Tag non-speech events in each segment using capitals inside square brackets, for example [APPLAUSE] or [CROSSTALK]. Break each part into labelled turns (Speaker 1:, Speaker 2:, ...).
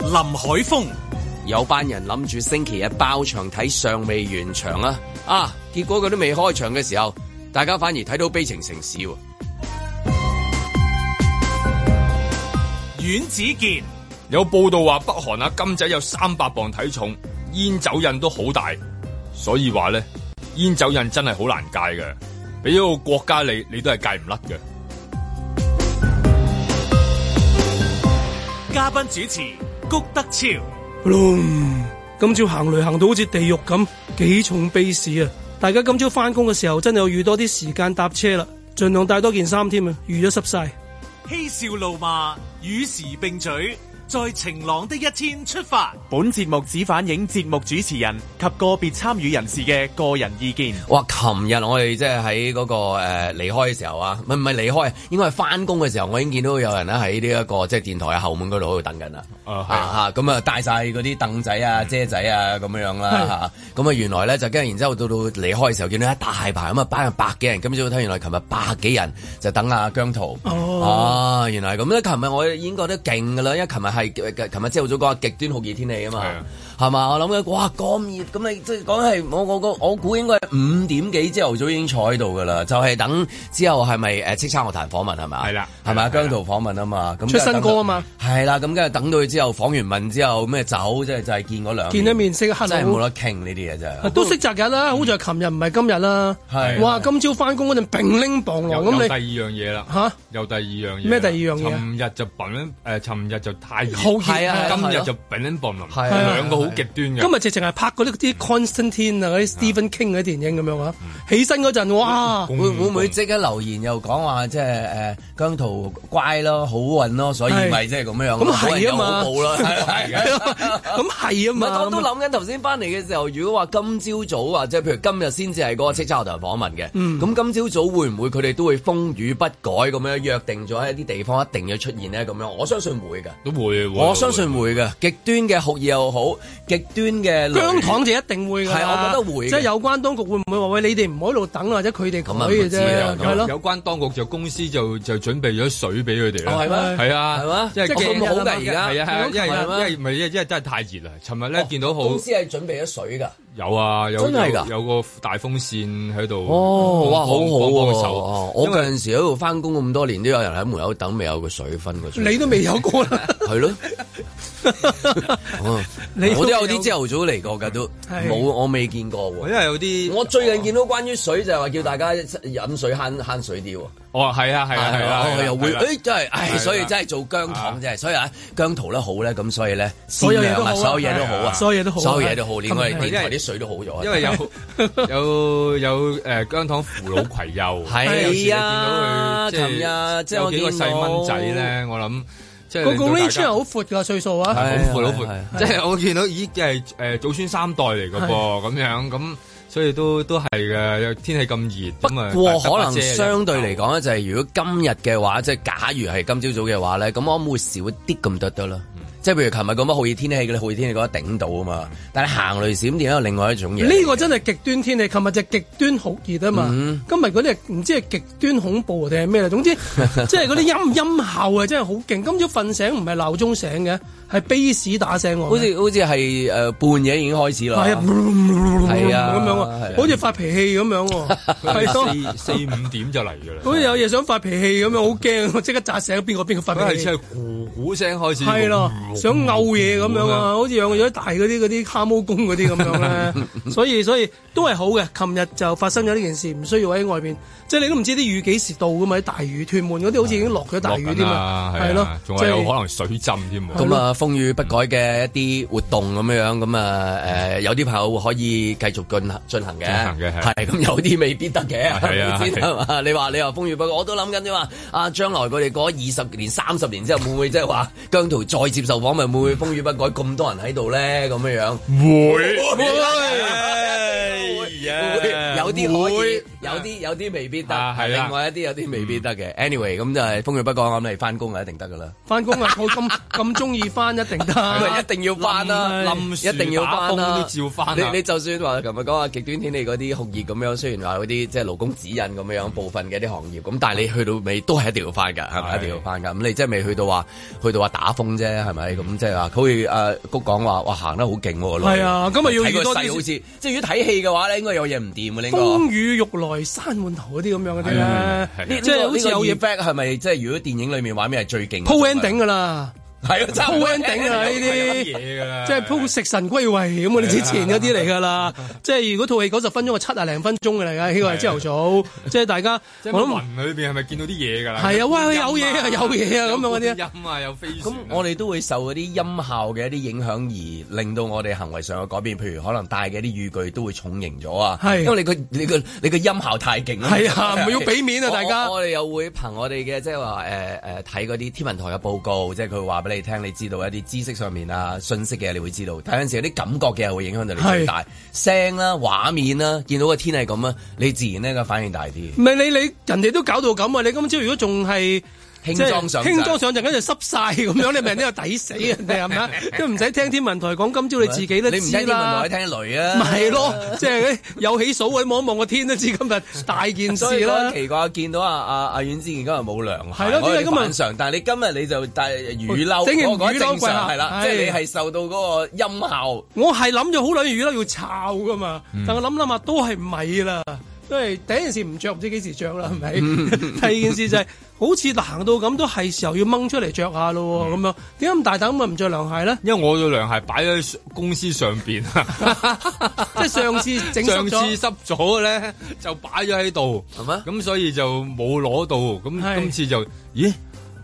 Speaker 1: 林海峰。
Speaker 2: 有班人諗住星期日包場睇尚未完場啊！啊，結果佢都未開場嘅時候，大家反而睇到悲情城市喎。
Speaker 1: 阮子健，
Speaker 3: 有報道話北韓啊金仔有三百磅體重，煙酒癮都好大，所以話咧煙酒癮真係好難戒嘅，俾一個國家你，你都係戒唔甩嘅。
Speaker 1: 嘉賓主持谷德超，
Speaker 4: 今朝行雷行到好似地獄咁，幾重鼻屎啊！大家今朝翻工嘅時候，真係要預多啲時間搭車啦，盡量帶多件衫添啊，預咗濕晒。
Speaker 1: 嬉笑怒罵，與時並舉，在晴朗的一天出發。
Speaker 5: 本節目只反映節目主持人及個別參與人士嘅個人意見。
Speaker 2: 哇！琴日我哋即係喺嗰個誒、呃、離開嘅時候啊，唔係唔係離開，應該係翻工嘅時候，我已經見到有人咧喺呢一個即係電台嘅後門嗰度喺度等緊啦。
Speaker 3: 啊係嗯
Speaker 2: 啊咁啊帶晒嗰啲凳仔啊、遮仔啊咁樣樣啦嚇。咁啊原來咧就跟住然之後到到離開嘅時候，見到一大排咁啊，班人百幾人。今朝睇原來琴日百幾人就等阿姜濤。
Speaker 4: 哦
Speaker 2: 啊，原來係咁咧。琴日我已經覺得勁㗎啦，因為琴日係琴日朝頭早講極端酷熱天氣啊嘛
Speaker 3: 係啊。
Speaker 2: 係嘛？我諗緊，哇咁熱，咁你即係講係我我我我估應該係五點幾朝頭早已經坐喺度㗎啦，就係、等之後係咪誒叱咤樂壇訪問係嘛？
Speaker 3: 係啦
Speaker 2: 係咪
Speaker 3: 係啦
Speaker 2: 姜濤訪問啊嘛？咁
Speaker 4: 出新歌啊嘛，
Speaker 2: 係啦，咁跟住等到佢之後訪完問之後咩走，即係就係見嗰兩
Speaker 4: 見咗面識黑
Speaker 2: 真係冇
Speaker 4: 佬，
Speaker 2: 得傾呢啲嘢真
Speaker 4: 啊
Speaker 2: 係。
Speaker 4: 都識擇日啦。好在琴日唔係今日啦。
Speaker 2: 係
Speaker 4: 哇！今朝翻工嗰陣並拎磅
Speaker 3: 有
Speaker 4: 狼
Speaker 3: 有第
Speaker 4: 哦咁
Speaker 3: 二
Speaker 4: 你
Speaker 3: 樣嘢啦，
Speaker 4: 吓
Speaker 3: 有第二樣嘢啦。
Speaker 4: 咩第二樣嘢啊
Speaker 3: 尋日就品誒，尋日就太熱，
Speaker 4: 好
Speaker 2: 係
Speaker 4: 熱
Speaker 2: 啊
Speaker 4: 啊。
Speaker 3: 今日就品拎磅林，
Speaker 2: 係啊
Speaker 3: 兩個好極端嘅。
Speaker 4: 今日直情係拍嗰啲啲 Constantine 啊、嗰啲 Stephen King 嗰啲電影咁樣啊。
Speaker 2: 嗯
Speaker 4: 起身嗰陣，哇！
Speaker 3: 公
Speaker 2: 會會唔會即刻留言又講話即係誒姜濤乖咯，好運咯，所以
Speaker 4: 係
Speaker 2: 咪即係咁樣樣咯。
Speaker 4: 咁係啊
Speaker 2: 好運又
Speaker 4: 嘛
Speaker 2: 好報啦，係啊
Speaker 4: [LAUGHS] [LAUGHS] 咁係啊
Speaker 2: 唔係，
Speaker 4: 嘛。
Speaker 2: 我都諗緊頭先翻嚟嘅時候，如果話今朝早啊，即係譬如今日先至係嗰個叱咤樂壇訪問嘅，咁、
Speaker 4: 嗯
Speaker 2: 今朝早會唔會佢哋都會風雨不改咁樣約定咗喺一啲地方一定要出現呢？咁樣我相信會㗎，
Speaker 3: 都會，會
Speaker 2: 我相信會㗎。極端嘅酷熱又好，極端嘅雷
Speaker 4: 姜糖就一定會㗎啦，
Speaker 2: 係我覺得會嘅
Speaker 4: 即係有關當局會唔會話喂你哋唔好喺度等啊，或者佢哋
Speaker 2: 咁啊
Speaker 4: 改嘅
Speaker 2: 唔知啦
Speaker 4: 啫，
Speaker 2: 咁
Speaker 4: 係
Speaker 3: 有
Speaker 4: 咯。
Speaker 3: 有關當局就公司就就準備咗水俾佢哋啦。
Speaker 2: 哦係咩
Speaker 3: 係啊，
Speaker 2: 係嘛
Speaker 3: 因為
Speaker 4: 即係
Speaker 3: 驚
Speaker 4: 咁好㗎
Speaker 2: 而家
Speaker 3: 係啊係啊，因為
Speaker 2: 係
Speaker 3: 因
Speaker 2: 咩
Speaker 3: 為唔係因為因為真係太熱啦。尋日咧見到好
Speaker 2: 公司係準備咗水㗎。
Speaker 3: 有啊，有
Speaker 2: 真係㗎
Speaker 3: 有有個大風扇喺度。
Speaker 2: 哦，哇，好好
Speaker 3: 啊幫幫
Speaker 2: 喎！
Speaker 3: 手
Speaker 2: 哦我
Speaker 3: 因
Speaker 2: 嗰
Speaker 3: 為
Speaker 2: 陣時喺度翻工咁多年，都有人喺門口等，未有個啊水分個水。
Speaker 4: 你都未有過
Speaker 2: [LAUGHS]
Speaker 4: 啦，
Speaker 2: 係
Speaker 4: [LAUGHS]
Speaker 2: 咯，哦
Speaker 4: 你
Speaker 2: 我都有
Speaker 4: 都
Speaker 2: 啲朝頭
Speaker 4: 有
Speaker 2: 早嚟過㗎，都
Speaker 4: 係
Speaker 2: 冇我未見過喎。
Speaker 3: 因為有啲
Speaker 2: 我最近見到關於水就係話叫大家飲水慳慳水啲喎，
Speaker 3: 哦，係啊，係啊，係啊，係
Speaker 2: 我
Speaker 3: 啊
Speaker 2: 又會
Speaker 3: 係啊
Speaker 2: 誒真係，唉，
Speaker 3: 係啊
Speaker 2: 所以真係做姜糖真係，所以啊姜糖咧好咧，咁所以咧
Speaker 4: 所有嘢都好啊
Speaker 2: 善良所有嘢都好啊，
Speaker 4: 所有嘢都好啊
Speaker 2: 所有嘢都好，連我哋
Speaker 4: 咁
Speaker 2: 電台啲水都好咗，啊
Speaker 3: 因為有有有誒姜糖扶老攜幼，
Speaker 2: 係啊
Speaker 3: 有時你
Speaker 2: 琴
Speaker 3: 見到佢
Speaker 2: 日
Speaker 3: 即
Speaker 2: 即
Speaker 3: 係
Speaker 2: 係我
Speaker 3: 有幾個
Speaker 2: 見到
Speaker 3: 細蚊仔咧，我諗即係
Speaker 4: 個個
Speaker 3: 令到大家
Speaker 4: range 係好闊㗎歲數啊，
Speaker 3: 係好闊好
Speaker 2: 係係
Speaker 3: 闊，即係我見到咦係誒祖孫三代嚟嘅噃，咁樣咁，所以都都係嘅。有天氣咁熱，
Speaker 2: 不
Speaker 3: 咁啊
Speaker 2: 過
Speaker 3: 大家
Speaker 2: 可能
Speaker 3: 遮嘅
Speaker 2: 相對嚟講咧，就係如果今日嘅話，即係假如係今朝早嘅話咧，咁我諗會少啲咁多得啦。
Speaker 3: 嗯
Speaker 2: 即係譬如琴日咁啊樣好熱天氣嘅咧，好熱天氣覺得頂到啊嘛。但係行雷閃電有另外一種嘢。
Speaker 4: 呢個真係極端天氣，琴日就極端酷熱啊嘛，
Speaker 2: 嗯
Speaker 4: 今日嗰啲係唔知係極端恐怖定係咩啦，總
Speaker 2: [LAUGHS]
Speaker 4: 之即係嗰啲音音效啊，真係好勁。今朝瞓醒唔係鬧鐘醒嘅，係 bass 打醒我
Speaker 2: 好
Speaker 4: 嘅，
Speaker 2: 似好似係誒半夜已經開始啦。
Speaker 4: 係啊，
Speaker 2: [LAUGHS] 係啊
Speaker 4: 咁
Speaker 2: 係
Speaker 4: 樣
Speaker 2: 啊
Speaker 4: 喎，好似發脾氣咁樣喎，
Speaker 2: [LAUGHS]
Speaker 4: 係咯。
Speaker 3: 四四五點就嚟㗎啦。
Speaker 4: 好似有嘢想發脾氣咁樣，好驚！我即刻扎醒邊個邊個發
Speaker 3: 佢係
Speaker 4: 脾
Speaker 3: 即
Speaker 4: 氣，
Speaker 3: 係咕咕聲開始，
Speaker 4: 係咯，想嘔嘢咁樣啊，好似養咗大嗰啲嗰啲蛤毛公嗰啲咁樣咧，所以所以都係好嘅。琴日就發生咗呢件事，唔需要喺外邊，即係你都唔知啲雨幾時到噶嘛，啲大雨屯門嗰啲好似已經落咗大雨添
Speaker 3: 啊，係
Speaker 4: 係咯
Speaker 3: 咯，，仲
Speaker 4: 即
Speaker 3: 係有可能水浸添喎。
Speaker 2: 咁啊，風雨不改嘅一啲活動咁樣，咁啊誒，有啲朋友可以繼續進行進行嘅，
Speaker 3: 進行嘅係
Speaker 2: 係咁有啲未必得嘅，
Speaker 3: [LAUGHS] 係啊
Speaker 2: 咪先
Speaker 3: 係
Speaker 2: 係嘛？你話你話風雨不改，我都諗緊啫嘛。啊，將來佢哋過咗二十年、三十年之後，會唔會即係話姜濤再接受訪問，會唔會風雨不改咁多人喺度咧？咁樣樣
Speaker 3: 會
Speaker 2: 會會有有啲可以
Speaker 3: 哎會，
Speaker 2: 有啲有啲未必得
Speaker 3: 啊，係啦
Speaker 2: 另外一啲有啲未必得嘅。anyway，咁就係風雨不改，我諗你翻工係啊一定得噶啦，
Speaker 4: 翻工啊，我咁咁中意翻一定
Speaker 2: 唔係
Speaker 4: 得
Speaker 2: 啊一。定要翻啦，
Speaker 4: 啊
Speaker 3: 冧樹
Speaker 2: 一定要翻
Speaker 3: 打風
Speaker 2: 啦，
Speaker 3: 都照返啊
Speaker 2: 你你就算話琴日講話極端天氣嗰啲酷熱咁樣，雖然話嗰啲即係勞工指引咁樣部分嘅啲行業，咁但係你
Speaker 4: 啊
Speaker 2: 去到尾都係一定要翻㗎，係咪
Speaker 3: 係
Speaker 2: 一定要翻㗎？咁你即係未去到話去到話打風啫，係咪？咁即係話佢好似阿谷講話，哇行得好勁喎，
Speaker 4: 係啊今日要
Speaker 2: 睇個
Speaker 4: 預多啲
Speaker 2: 勢好似即係如果睇戲嘅話咧，應該有嘢唔掂嘅，應該。
Speaker 4: 風雨欲來山滿頭嗰啲咁樣嗰啲
Speaker 3: 係
Speaker 4: 咧
Speaker 3: 係，
Speaker 4: 即係好似有嘢
Speaker 2: back 係咪？即係如果電影裏面畫面係最勁
Speaker 4: po ending 噶啦，
Speaker 2: 係啊，真係
Speaker 4: po ending 啊呢啲。
Speaker 3: 嘢噶啦，
Speaker 4: 即係鋪食神歸位咁我哋之前嗰啲嚟㗎啦，即係如果套戲九十分鐘，係七啊零分鐘嘅嚟㗎，呢個係朝頭早，即係大家
Speaker 3: 即
Speaker 4: 我
Speaker 3: 係我
Speaker 4: 諗
Speaker 3: 雲裏邊係咪見到啲嘢㗎啦？
Speaker 4: 係啊喂
Speaker 3: 觀音
Speaker 4: 有嘢啊有嘢啊咁樣嗰啲
Speaker 3: 觀音啊，有飛
Speaker 2: 咁
Speaker 3: 船啊。？
Speaker 2: 我哋都會受嗰啲音效嘅一啲影響，而令到我哋行為上嘅改變，譬如可能戴嘅啲語句都會重型咗啊。
Speaker 4: 係
Speaker 2: 因為你個你個你個音效太勁啦。
Speaker 4: 係啊，唔係要俾面啊，
Speaker 2: [LAUGHS] 我
Speaker 4: 大家
Speaker 2: 我。我哋又會憑我哋嘅即係話誒誒睇嗰啲天文台嘅報告，即係佢會話俾你聽，你知道一啲知識上面啊、信息嘅，你會知道。但有陣時有啲感覺嘅係會影響到你最大聲啦、畫面啦，見到個天係咁啊，你自然呢個反應大啲。
Speaker 4: 唔係你你人哋都搞到咁啊！你今朝如果仲係
Speaker 2: 輕
Speaker 4: 即係
Speaker 2: 裝上陣
Speaker 4: 輕裝上陣，跟住濕晒 [LAUGHS] 咁樣，你咪人都有抵死啊！你係咪啊？都唔使聽天文台講，今朝你自己都
Speaker 2: 你唔聽
Speaker 4: 知
Speaker 2: 天文
Speaker 4: 啦
Speaker 2: 台，。聽雷啊，
Speaker 4: 咪係咯，即係有起數位望一望個天都知今日大件事
Speaker 2: 所以
Speaker 4: 啦
Speaker 2: 我。奇怪，見到阿阿阿阮之健今日冇涼鞋，
Speaker 4: 係咯
Speaker 2: 我哋
Speaker 4: 點解今日
Speaker 2: 慣常，但係你今日你就帶雨褸，
Speaker 4: 整件
Speaker 2: 我覺得
Speaker 4: 雨褸
Speaker 2: 正常
Speaker 4: 貴下
Speaker 2: 係啦，
Speaker 4: 係
Speaker 2: 即係你係受到嗰個音效。
Speaker 4: 我係諗咗好耐魚啦，要炒噶嘛，但我諗諗下都係唔係啦，因為第一件事唔着，唔知幾時着啦，係咪？ [LAUGHS] 第二件事就係、好似行到咁，都係時候要掹出嚟着下咯喎，咁樣點解咁大膽咁啊唔着涼鞋咧
Speaker 3: [LAUGHS] 因為我對涼鞋擺喺公司上邊，啊
Speaker 4: 即係上次整濕
Speaker 3: 上次
Speaker 4: 咗，
Speaker 3: 濕咗咧就擺咗喺度，
Speaker 2: 係
Speaker 4: 啊
Speaker 2: 咩
Speaker 3: 咁所以就冇攞到，咁
Speaker 4: 係
Speaker 3: 今次就咦，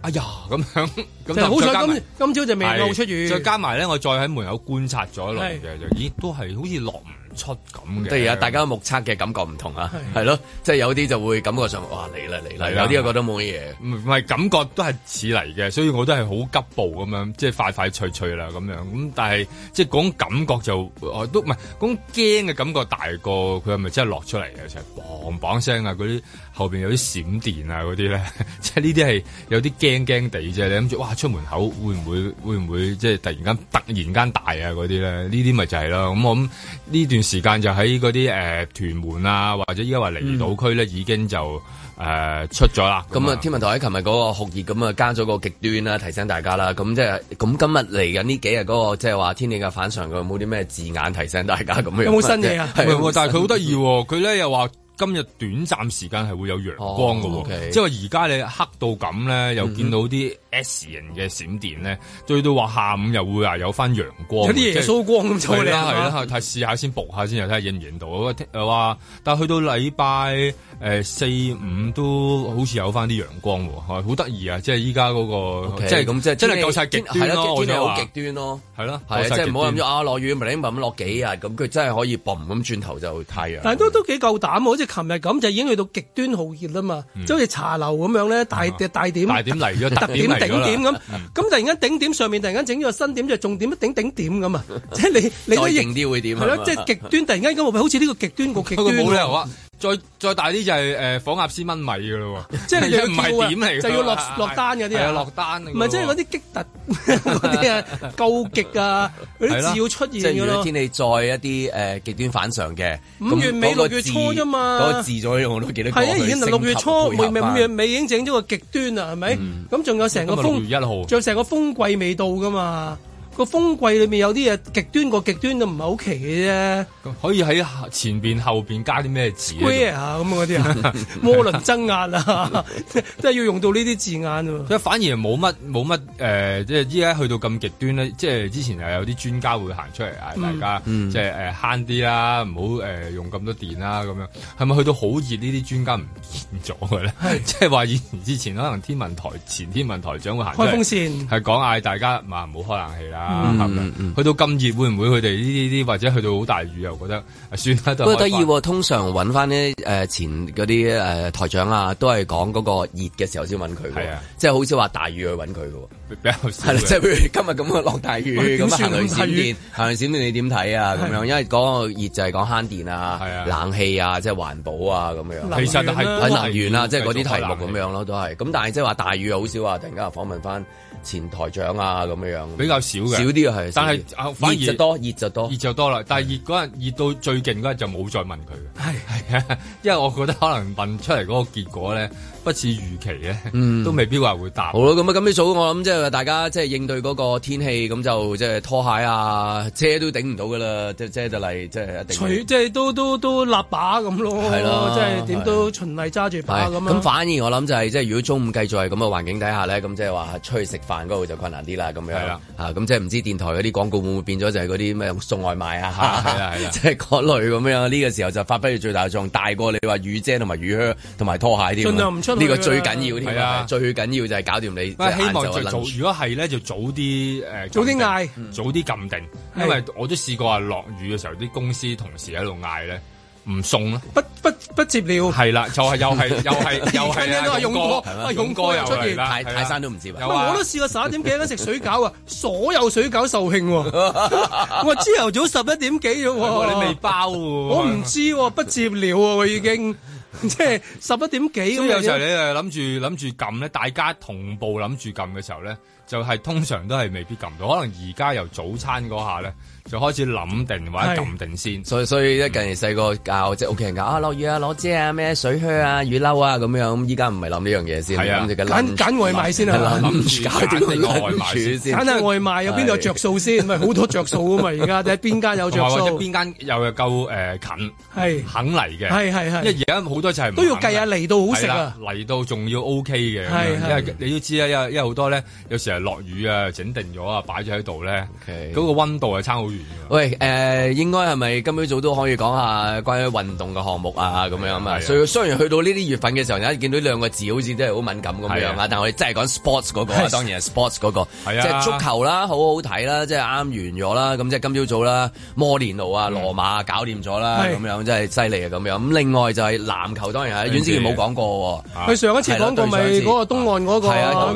Speaker 3: 哎呀咁樣，咁
Speaker 4: 就好
Speaker 3: 再加
Speaker 4: 彩
Speaker 3: 埋
Speaker 4: 今今朝就未
Speaker 3: 係
Speaker 4: 露出魚。
Speaker 3: 再加埋咧，我再喺門口觀察咗一輪
Speaker 4: 係
Speaker 3: 嘅，就咦都係好似落唔出咁嘅。
Speaker 2: 即係啊，大家目測嘅感覺唔同啊，係咯，即係有啲就會感覺上哇嚟啦嚟啦，
Speaker 3: 嚟啦
Speaker 2: 有啲又覺得冇乜嘢。
Speaker 3: 唔係感覺都係似嚟嘅，所以我都係好急步咁樣，即係快快脆脆啦咁樣。咁但係即係嗰種感覺就我都唔係嗰種驚嘅感覺大過佢係咪真係落出嚟嘅？成日砰砰聲啊，嗰啲後邊有啲閃電啊嗰啲咧，即係呢啲係有啲驚驚地啫。你諗住哇出門口會唔會會唔會即係突然間突然間大啊嗰啲咧？呢啲咪就係啦。咁我諗呢段時間就喺嗰啲誒屯門啊，或者依家話離島區咧已經就誒、呃出咗啦。
Speaker 2: 嗯咁啊，天文台喺琴日嗰個酷熱咁啊，加咗個極端啦，提醒大家啦。咁即係咁今日嚟緊呢幾日嗰個即係話天氣嘅反常，佢有冇啲咩字眼提醒大家咁樣？
Speaker 4: 有冇新啊嘢啊
Speaker 2: 係
Speaker 3: 唔係喎但係佢好得意喎，佢咧又話今日短暫時間係會有陽光嘅喎，
Speaker 2: 哦，OK 嗯
Speaker 3: 即係話而家你黑到咁咧，又見到啲 S 型嘅閃電咧，最到話下午又會話有翻陽光，
Speaker 4: 有啲耶穌光咁
Speaker 3: 即係
Speaker 4: 走
Speaker 3: 係
Speaker 4: 你
Speaker 3: 啦係
Speaker 4: 啊
Speaker 3: 啦，睇試下先，搏下先，又睇下影唔影到啊！喂聽又話，但係去到禮拜誒四五都好似有翻啲陽光喎，係好得意啊！即係依家嗰個，
Speaker 2: OK，
Speaker 3: 即係
Speaker 2: 咁即係
Speaker 3: 真
Speaker 2: 天
Speaker 3: 係
Speaker 2: 氣
Speaker 3: 夠晒極
Speaker 2: 天
Speaker 3: 端
Speaker 2: 係
Speaker 3: 咯，
Speaker 2: 啦
Speaker 3: 我
Speaker 2: 天氣
Speaker 3: 哋
Speaker 2: 好
Speaker 3: 話
Speaker 2: 極端咯。
Speaker 3: 係啦，
Speaker 2: 係啊
Speaker 3: 夠晒
Speaker 2: 即係唔好諗
Speaker 3: 極
Speaker 2: 咗
Speaker 3: 端
Speaker 2: 啊落雨咪你咁落幾日，咁佢真係可以嘣咁轉頭就太陽。
Speaker 4: 但係都都幾夠膽喎，好似琴日咁就已經去到極端酷熱啦嘛，
Speaker 3: 嗯
Speaker 4: 即係好似茶樓咁樣咧，大
Speaker 3: 啊
Speaker 4: 大點
Speaker 3: 大點
Speaker 2: [LAUGHS]
Speaker 3: 嚟咗，
Speaker 4: [LAUGHS]
Speaker 3: 特
Speaker 4: 特點
Speaker 3: 點嚟咗
Speaker 4: 頂
Speaker 3: 啦
Speaker 4: 點咁，咁突然間頂點上面突然間整咗個新點，就重點一頂頂點咁啊！即係你你
Speaker 2: 再
Speaker 4: 都
Speaker 2: 勁
Speaker 4: 認
Speaker 2: 啲會點啊？
Speaker 4: 係咯，即係極端突然間咁，好似呢個極端個極
Speaker 3: 不
Speaker 4: 端
Speaker 3: 過冇理由
Speaker 4: 喎，
Speaker 3: 啊！再再大啲就係誒火鴨絲炆米嘅咯喎，
Speaker 4: 即係
Speaker 3: [LAUGHS]
Speaker 4: 你
Speaker 3: 即係
Speaker 4: 要
Speaker 3: 唔
Speaker 4: 啊
Speaker 3: 係點嚟㗎
Speaker 4: 就要落落單嗰啲
Speaker 3: 係啊
Speaker 4: 啊，
Speaker 3: 落單
Speaker 4: 唔係即係嗰啲激突 [LAUGHS] 嗰啲啊，夠極啊，嗰
Speaker 3: 係
Speaker 4: 啲
Speaker 3: 啦
Speaker 4: 字要出
Speaker 2: 即係
Speaker 4: 現㗎
Speaker 2: 如果
Speaker 4: 咯
Speaker 2: 天。氣再一啲誒極端反常嘅，
Speaker 4: 五月尾
Speaker 2: 咁嗰個
Speaker 4: 六月
Speaker 2: 字
Speaker 4: 初啫嘛
Speaker 2: 嗰個字咗用到幾多個去
Speaker 4: 係啊，
Speaker 2: 升級？
Speaker 4: 而家六月初，
Speaker 2: 配
Speaker 4: 未
Speaker 2: 合
Speaker 4: 未五
Speaker 2: 返
Speaker 4: 月尾已經整咗個極端啦，係咪？咁仲有成個
Speaker 3: 今日六
Speaker 4: 風
Speaker 3: 月一號
Speaker 4: 仲有成個風季未到噶嘛？個風季裏面有啲嘢極端過極端都唔係好奇嘅啫。
Speaker 3: 可以喺前邊後邊加啲咩字呢
Speaker 4: square 啊咁嗰啲啊，渦輪增壓啊， [LAUGHS] 即係要用到呢啲字眼啊喎。
Speaker 3: 即係反而冇乜冇乜誒，即係依家去到咁極端咧，即係之前係有啲專家會行出嚟
Speaker 4: 嗯
Speaker 3: 嗌大家，即係誒慳啲啦，唔好誒用咁多電啦咁樣。係咪去到好熱呢啲專家唔見咗嘅咧？ [LAUGHS] 即係話以前之前可能天文台前天文台長會行出
Speaker 4: 開
Speaker 3: 嚟
Speaker 4: 風
Speaker 3: 啊
Speaker 4: 扇
Speaker 3: 係講嗌大家嘛唔好開冷氣啦，啦，
Speaker 2: 嗯
Speaker 3: 係咪？去到咁熱，會唔會佢哋呢啲啲或者去到好大雨又覺得啊算啦，
Speaker 2: 不
Speaker 3: 都係
Speaker 2: 過得意
Speaker 3: 開飯
Speaker 2: 喎，通常揾翻啲誒前嗰啲誒台長啊，都係講嗰個熱嘅時候先揾佢
Speaker 3: 係
Speaker 2: 嘅
Speaker 3: 啊，
Speaker 2: 即係好少話大雨去揾佢嘅喎。
Speaker 3: 比較
Speaker 2: 係
Speaker 3: 少
Speaker 2: 啦，
Speaker 3: 嘅。
Speaker 2: 即係譬如今日咁啊落大雨，咁
Speaker 4: 喂點
Speaker 2: 啊行
Speaker 4: 算啊
Speaker 2: 雷閃
Speaker 4: 大雨
Speaker 2: 電，行雷閃電你點睇啊？咁樣，因為講個熱就係講慳電
Speaker 3: 係
Speaker 2: 啊
Speaker 3: 啊、
Speaker 2: 冷氣啊、即係環保啊咁樣。
Speaker 4: 能
Speaker 3: 其實係
Speaker 4: 源啦
Speaker 2: 喺
Speaker 3: 都
Speaker 2: 能源啦，
Speaker 3: 要
Speaker 2: 即係嗰
Speaker 3: 繼
Speaker 2: 啲
Speaker 3: 續開
Speaker 2: 題目
Speaker 3: 冷氣
Speaker 2: 咁樣咯，都係咁。但係即係話大雨好少啊，突然間又訪問翻前台長啊咁樣樣，
Speaker 3: 比較少嘅
Speaker 2: 少啲嘅係。
Speaker 3: 但係
Speaker 2: 少啲
Speaker 3: 啊反而
Speaker 2: 熱就多，熱就多
Speaker 3: 熱。就多啦，但係熱嗰日熱到最勁嗰日就冇再問佢嘅，係係啊，因為我覺得可能問出嚟嗰個結果咧不似預期咧，
Speaker 2: 嗯
Speaker 3: 都未必話會答
Speaker 2: 好。咯，咁啊，今朝早我諗即係大家即係應對嗰個天氣，咁就即係拖鞋啊、遮都頂唔到噶啦，即係遮就嚟，即係一定
Speaker 4: 除
Speaker 2: 會。
Speaker 4: 即係都都都立把咁咯，
Speaker 2: 係啦
Speaker 4: 即係點都循例揸住把
Speaker 3: 啊
Speaker 2: 係
Speaker 4: 咁啊樣。
Speaker 2: 咁反而我諗就係即係如果中午繼續係咁嘅環境底下咧，咁即係話出去食飯嗰度就困難啲啦，咁樣
Speaker 3: 係啦
Speaker 2: 嚇咁即係唔知電台嗰啲廣告會唔會變咗就係嗰啲咩送外賣啊，
Speaker 3: [LAUGHS] 係啦係啦
Speaker 2: [LAUGHS] 即係嗰類咁樣。呢個時候就發揮佢最大嘅作用，大過你話雨遮同埋雨靴同埋拖鞋添啊。
Speaker 4: 盡量唔出去
Speaker 2: 呢個
Speaker 4: 啦
Speaker 2: 最緊要添
Speaker 3: 係
Speaker 2: 啊，
Speaker 3: 啊
Speaker 2: 最緊要就係搞掂你。
Speaker 3: 不過希望就
Speaker 2: 即係晏晝嘅
Speaker 3: 早，
Speaker 2: lunch
Speaker 3: 如果係咧就早啲誒，
Speaker 4: 早啲嗌
Speaker 3: 撳定，早啲撳定，因為我都試過啊，落雨嘅時候啲公司同事喺度嗌咧，唔送啦。
Speaker 4: 不不不接了。
Speaker 3: 係啊啦，就係又係又係又
Speaker 4: 餐
Speaker 3: 係
Speaker 4: 廳都係
Speaker 3: 啊
Speaker 4: 勇哥
Speaker 3: 勇哥
Speaker 4: 係
Speaker 2: 嘛
Speaker 3: 啊勇哥又
Speaker 4: 勇哥又出
Speaker 3: 嚟
Speaker 4: 現
Speaker 3: 啦，
Speaker 2: 泰
Speaker 3: 係啦
Speaker 2: 泰山都唔知啊
Speaker 3: 有
Speaker 4: 喂
Speaker 3: 啊
Speaker 4: 我都試過十一點幾咧食水餃啊，所有水餃售罄喎。我話朝頭早十一點幾啫喎，
Speaker 3: 你未包喎，哦我啊
Speaker 4: 我唔知喎，不接了喎，我已經即係十一點幾
Speaker 3: 咁
Speaker 4: 咁
Speaker 3: 有時候
Speaker 4: 樣。
Speaker 3: 你誒諗住諗住撳咧，大家同步諗住撳嘅時候咧，就係、通常都係未必撳到，可能而家由早餐嗰下咧就開始諗定或者撳定先。
Speaker 2: 所以所以咧近年細個教即係屋企人教啊落雨啊攞遮啊咩水靴啊雨褸啊咁樣，咁依家唔係諗呢樣嘢先，
Speaker 3: 係啊
Speaker 2: 諗住嘅 lunch
Speaker 4: 揀揀外賣先啊，
Speaker 2: 諗住搞掂個外賣先。
Speaker 4: 揀下外賣有邊度有着數先，咪好多着
Speaker 2: [LAUGHS]
Speaker 4: 數啊嘛！而家睇邊間有
Speaker 3: 同埋
Speaker 4: 着
Speaker 3: 或者
Speaker 4: 數，
Speaker 3: 邊間又又夠誒、呃近
Speaker 4: 係
Speaker 3: 肯嚟嘅，
Speaker 4: 係係係
Speaker 3: 因為而家好多就係唔
Speaker 4: 都要
Speaker 3: 肯
Speaker 4: 計下
Speaker 3: 嚟
Speaker 4: 嚟到好食
Speaker 3: 係啦
Speaker 4: 啊，
Speaker 3: 嚟到仲要 O K 嘅，咁
Speaker 4: 係
Speaker 3: 樣因為你都知啦，啊因為因為好多咧，有時係落雨啊，整定咗啊，擺咗喺度咧，
Speaker 2: OK
Speaker 3: 嗰個温度係差好遠㗎。
Speaker 2: 喂，誒、應該係咪今朝早都可以講下關於運動嘅項目啊咁樣
Speaker 3: 係
Speaker 2: 啊？
Speaker 3: 啊
Speaker 2: 所以雖然去到呢啲月份嘅時候，有一見到兩個字好似真係好敏感咁樣
Speaker 3: 係
Speaker 2: 啊
Speaker 3: 啊，
Speaker 2: 但係我哋真係講 sports 嗰、個啊，當然係 sports 嗰、個，
Speaker 3: 係啊
Speaker 2: 即係足球啦，好好睇啦，即係啱完咗啦，咁即係今朝早啦，摩連奴啊、羅馬搞掂咗啦，
Speaker 4: 係
Speaker 2: 咁樣真係犀利啊咁樣。咁另外就係籃球，當然係阮之健冇講過喎。
Speaker 4: 佢上一次
Speaker 2: 係啦
Speaker 4: 講過咪
Speaker 2: 對上一次
Speaker 4: 嗰個東岸
Speaker 2: 係
Speaker 4: 嗰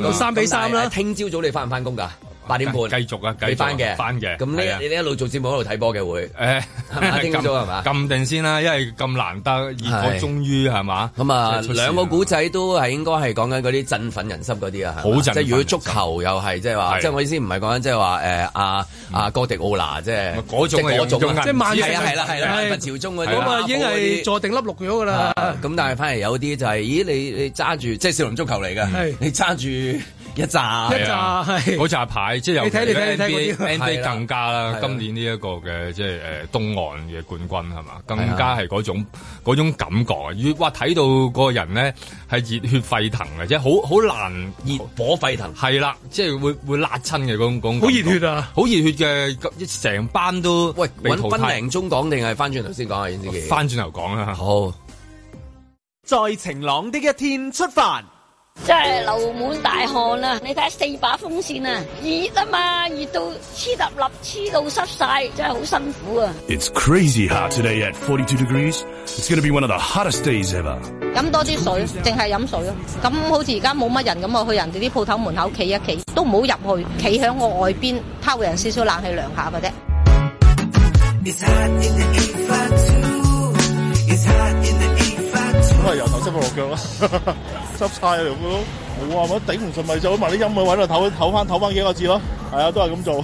Speaker 4: 個
Speaker 2: 啊，
Speaker 4: 三比三
Speaker 2: 咁但係
Speaker 4: 啦，
Speaker 2: 聽朝早你翻唔翻工㗎？八點半
Speaker 3: 繼續啊，繼續啊
Speaker 2: 你翻嘅，
Speaker 3: 翻嘅
Speaker 2: 咁
Speaker 3: 係啊
Speaker 2: 你你一路做節目一路睇波嘅會。
Speaker 3: 誒，
Speaker 2: 係咪啊聽咗係嘛
Speaker 3: 撳定先啦，因為咁難得，熱火
Speaker 2: 係
Speaker 3: 終於係嘛？
Speaker 2: 咁啊，
Speaker 3: 即係出線
Speaker 2: 兩個古仔都係應該係講緊嗰啲振奮人心嗰啲啊，係嘛
Speaker 3: 好振奮
Speaker 2: 即係如果足球又係即係話，
Speaker 3: 係嗯
Speaker 2: 即係我意思唔係講緊即係話誒阿阿哥迪奧拿即係
Speaker 3: 嗰種
Speaker 2: 即係
Speaker 3: 係
Speaker 2: 嗰種
Speaker 3: 用
Speaker 2: 啊
Speaker 3: 緊
Speaker 4: 即係曼城
Speaker 2: 係啊係啦係啦，
Speaker 4: 係
Speaker 2: 佛朝中嗰啲
Speaker 4: 咁啊已經係
Speaker 2: 做
Speaker 4: 坐定粒六咗㗎啦。
Speaker 2: 咁，但係反而有啲就係咦你你揸住即係少林足球嚟㗎
Speaker 4: 係，
Speaker 2: 你揸住一
Speaker 4: 一
Speaker 2: 紮
Speaker 4: 紮
Speaker 3: 係啊
Speaker 4: 係
Speaker 3: 嗰扎牌，即係由
Speaker 4: 你睇你睇你睇嗰
Speaker 3: NBA
Speaker 4: 啲
Speaker 2: 係
Speaker 3: NBA
Speaker 2: 啦
Speaker 3: 更加啦
Speaker 4: 啊
Speaker 2: 係啦。
Speaker 3: 今年呢一個嘅即係誒東岸嘅冠軍係嘛，更
Speaker 4: 啊
Speaker 3: 加係嗰種嗰種感覺啊！越哇睇到個人咧係熱血沸騰嘅，即係好好難
Speaker 2: 熱火沸騰，
Speaker 3: 係啦，即係會會辣親嘅嗰種嗰種
Speaker 4: 好
Speaker 3: 感覺
Speaker 4: 熱血啊！
Speaker 3: 好熱血嘅，咁成班都
Speaker 2: 喂
Speaker 3: 被
Speaker 2: 揾
Speaker 3: 淘
Speaker 2: 分
Speaker 3: 汰。
Speaker 2: 零鐘講定係翻轉頭先講啊，袁子健
Speaker 3: 翻轉頭講啦。
Speaker 2: 好。
Speaker 5: 在晴朗的一天出發。
Speaker 6: 真係流滿大汗啊！你睇四把風扇啊，熱啊嘛，熱到黐立立，黐到濕晒，真係好辛苦啊！
Speaker 7: It's crazy hot today at 42 degrees. It's going to be one of the hottest days ever.
Speaker 8: 飲多啲水，淨係飲水咯。咁好似而家冇乜人咁啊，去人哋啲鋪頭門口企一企，都唔好入去，企喺我外邊，拋人少少冷氣涼下嘅啫。
Speaker 9: 咁啊，由頭濕到落腳啦，濕晒啊條褲都冇啊！我頂唔順咪走埋啲陰嘅位度唞唞翻唞翻幾個字咯，係啊，都係咁做。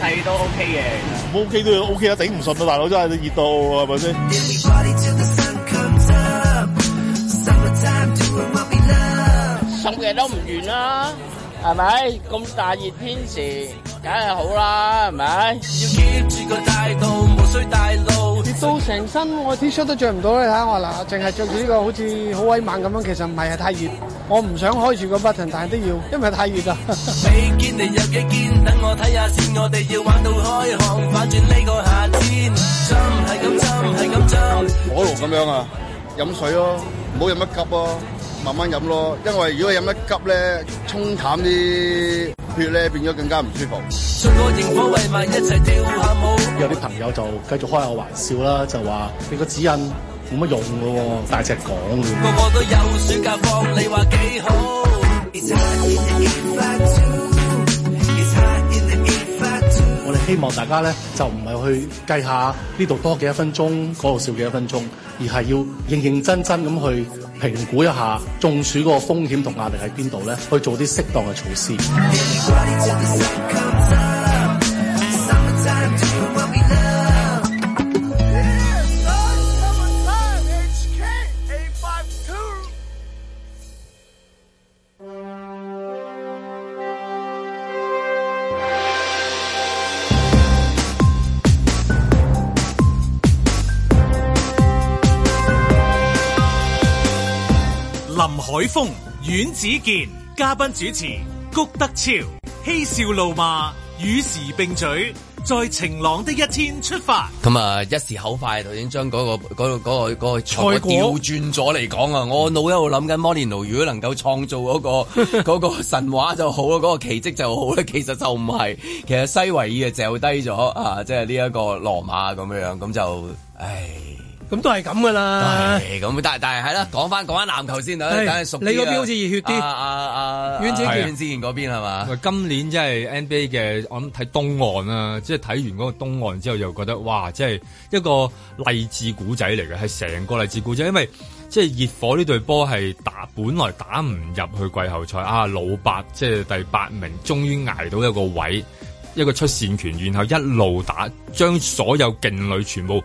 Speaker 10: 係都 OK 嘅。
Speaker 9: 冇 OK 都要 OK 啦，頂唔順啊，大佬真係熱到係咪先？
Speaker 10: 十日都唔完啦，係咪？咁大熱天時，梗係好啦，係咪？
Speaker 11: 熱到成身，我 T 恤都着唔到，你睇下我嗱，淨係着住呢個好似好威猛咁樣，其實唔係係太熱，我唔想開住個 button，但係都要，因為太熱啦。
Speaker 9: 我一路咁樣啊，飲水咯，唔好飲得急咯，慢慢飲咯，因為如果飲得急咧，沖淡啲血咧，變咗更加唔舒服。
Speaker 12: 信我營火為埋一齊跳下舞。
Speaker 9: 有啲朋友就繼續開我玩笑啦，就話你個指引冇乜用嘅喎，大隻講嘅。
Speaker 12: 個個都有暑假放，你話幾好？It's hot in the infatuation, it's hot in the infatuation.
Speaker 9: 我哋希望大家咧就唔係去計下呢度多幾多分鐘，嗰度少幾多分鐘，而係要認認真真咁去評估一下中暑嗰個風險同壓力喺邊度咧，去做啲適當嘅措施。
Speaker 12: Party till the sun comes up. Summertime doing what we love.
Speaker 1: 林海峰、阮子健，嘉賓主持谷德超，嬉笑怒罵，與時並舉，在晴朗的一天出發。
Speaker 2: 咁啊，一時口快，頭先將嗰個嗰個嗰個嗰個
Speaker 1: 菜果
Speaker 2: 調轉咗嚟講啊！我腦一路諗緊摩連奴如果能夠創造嗰
Speaker 4: [LAUGHS]
Speaker 2: 個嗰個神話就好啦，嗰個奇蹟就好啦。其實就唔係，其實西維爾啊掉低咗啊，即係呢一個羅馬咁樣，咁就唉。
Speaker 4: [LAUGHS] 咁都係咁噶啦。
Speaker 2: 係咁，但係但係係啦，講翻講翻籃球先啦，
Speaker 4: 係
Speaker 2: 等下熟啲啊
Speaker 4: 你嗰邊好似熱血啲
Speaker 2: 啊啊啊！
Speaker 4: 阮子健
Speaker 2: 阮子健嗰邊係嘛？
Speaker 3: [LAUGHS] 喂今年真係 NBA 嘅，我諗睇東岸啦，即係睇完嗰個東岸之後，又覺得哇，即係一個勵志古仔嚟嘅，係成個勵志古仔，因為即係熱火呢隊波係打，本來打唔入去季後賽啊，老八即係第八名，終於捱到一個位，一個出線權，然後一路打，將所有勁旅全部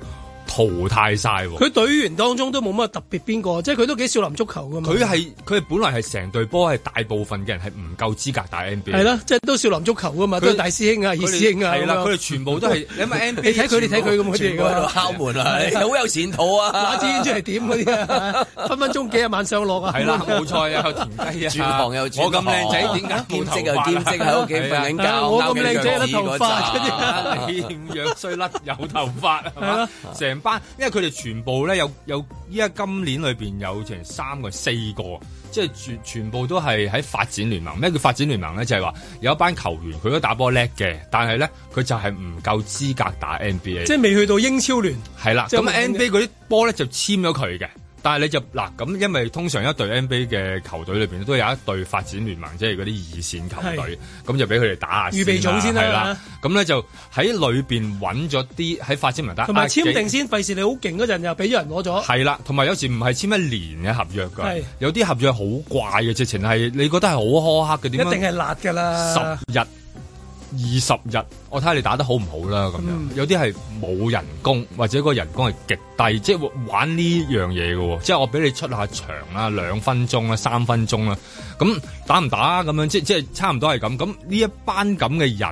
Speaker 3: 淘汰晒喎。
Speaker 4: 佢隊員當中都冇乜特別邊個，即係佢都幾少林足球噶嘛。
Speaker 3: 佢係佢係本來係成隊波係大部分嘅人係唔夠資格打 NBA。
Speaker 4: 係啦，即係都少林足球噶嘛，
Speaker 3: 佢
Speaker 4: 都係大師兄啊、二
Speaker 3: 佢哋
Speaker 4: 師兄啊。
Speaker 3: 係啦
Speaker 4: 咁樣
Speaker 3: 佢哋全部都
Speaker 4: [LAUGHS]
Speaker 3: 係你咪 NBA
Speaker 4: 你睇佢哋睇佢咁，佢
Speaker 2: 全
Speaker 4: 哋
Speaker 2: 部喺度敲門啊，你好有前途啊！
Speaker 4: 拿支煙出嚟點嗰啲
Speaker 3: [LAUGHS]
Speaker 4: 啊，分分鐘幾十萬上落啊。
Speaker 3: 係啦，冇錯啊，有田雞啊，
Speaker 2: 轉行又轉行
Speaker 3: 我咁靚仔，點解冇
Speaker 2: 兼
Speaker 3: 頭
Speaker 2: 職
Speaker 3: 髮
Speaker 2: 又兼職喺屋
Speaker 3: 啊
Speaker 2: 企瞓緊
Speaker 3: 係啊
Speaker 2: 覺，
Speaker 3: 我咁
Speaker 2: 勾
Speaker 3: 靚
Speaker 2: 緊
Speaker 3: 仔甩
Speaker 2: 腳趾嗰 [LAUGHS]
Speaker 3: 頭髮
Speaker 2: 陣
Speaker 3: 嗰啲，你咁樣衰甩有頭髮係嘛？成班，因為佢哋全部咧有有依家今年裏邊有成三個四個。即係全全部都係喺發展聯盟。咩叫發展聯盟咧？就係話有一班球員佢都打波叻嘅，但係咧佢就係唔夠資格打 NBA。
Speaker 4: 即係未去到英超聯。
Speaker 3: 係啦，
Speaker 4: 即係
Speaker 3: 咁
Speaker 4: 我明
Speaker 3: NBA 嗰啲波咧就簽咗佢嘅，但係你就嗱咁，因為通常一隊 NBA 嘅球隊裏邊都有一隊發展聯盟，即係嗰啲二線球隊，咁就俾佢哋打下
Speaker 4: 預備組先啦
Speaker 3: 係
Speaker 4: 啊
Speaker 3: 啦，咁咧就喺裏邊揾咗啲喺發展聯盟打，
Speaker 4: 同埋
Speaker 3: 啊
Speaker 4: 簽
Speaker 3: 幾
Speaker 4: 定先，費事你好勁嗰陣又俾咗人攞咗。
Speaker 3: 係啦，同埋有時唔係簽一年嘅合約㗎
Speaker 4: 係，
Speaker 3: 有啲合約好怪嘅，直情係你覺得係好苛刻嘅，
Speaker 4: 一
Speaker 3: 點樣
Speaker 4: 定係辣㗎啦，
Speaker 3: 十日、二十日，我睇下你打得好唔好啦。咁樣、
Speaker 4: 嗯
Speaker 3: 有啲係冇人工，或者個人工係極低，即係玩呢樣嘢嘅喎。即係我俾你出下場啦，兩分鐘啦，三分鐘啦，咁打唔打啊咁樣？即即係差唔多係咁。咁呢一班咁嘅人。